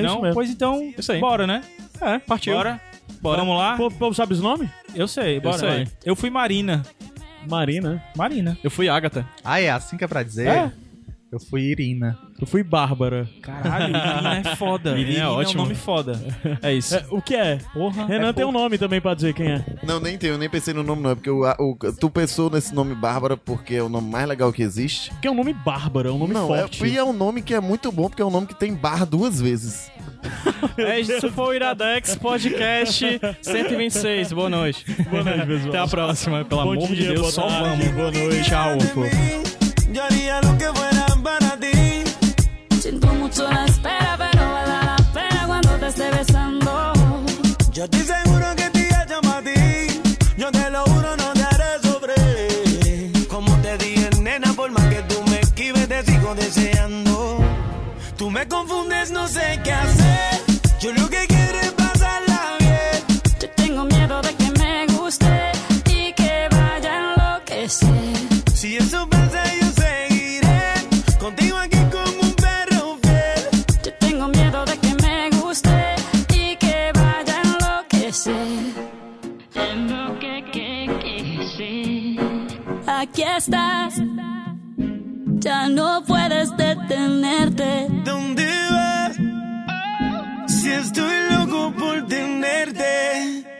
não? isso mesmo. Pois então, Isso aí. bora, né? É, partiu. Bora? Bora. Vamos lá? O povo sabe os nomes? eu sei, bora. sei. vai. Eu fui Marina. Marina. Marina. Eu fui Agatha. Ah, é assim que é pra dizer? É. Eu fui Irina. Eu fui Bárbara. Caralho, Irina é foda. Irina é ótimo. um nome foda. É isso. É, o que é? Porra. Renan tem um nome também pra dizer quem é. Não, nem tenho, nem pensei no nome, não. é Porque o, o- tu pensou nesse nome Bárbara porque é o nome mais legal que existe. Porque é um nome Bárbara, é um nome não, é, forte. e é um nome que é muito bom, porque é um nome que tem barra duas vezes. É isso foi o Iradex Podcast 126. Boa noite. Boa noite, pessoal. Até a próxima, pelo Bom amor de dia, boa Deus. Só tarde, vamos. Boa noite. Tchau. Yo haría lo que fuera para ti. Siento mucho la espera, pero vale la pena cuando te esté besando. Yo estoy seguro que te llamo a ti. Yo te lo juro, no te haré sobre. Como te dije, nena, por más que tú me esquives, te sigo deseando. Tú me confundes, no sé qué hacer. Yo lo que quiero es pasarla bien. Yo tengo miedo de que me guste y que vaya a enloquecer. Si eso pasa, yo seguiré contigo aquí como un perro aquí estás. Ya no puedes detenerte. ¿Dónde vas? Si estoy loco por tenerte.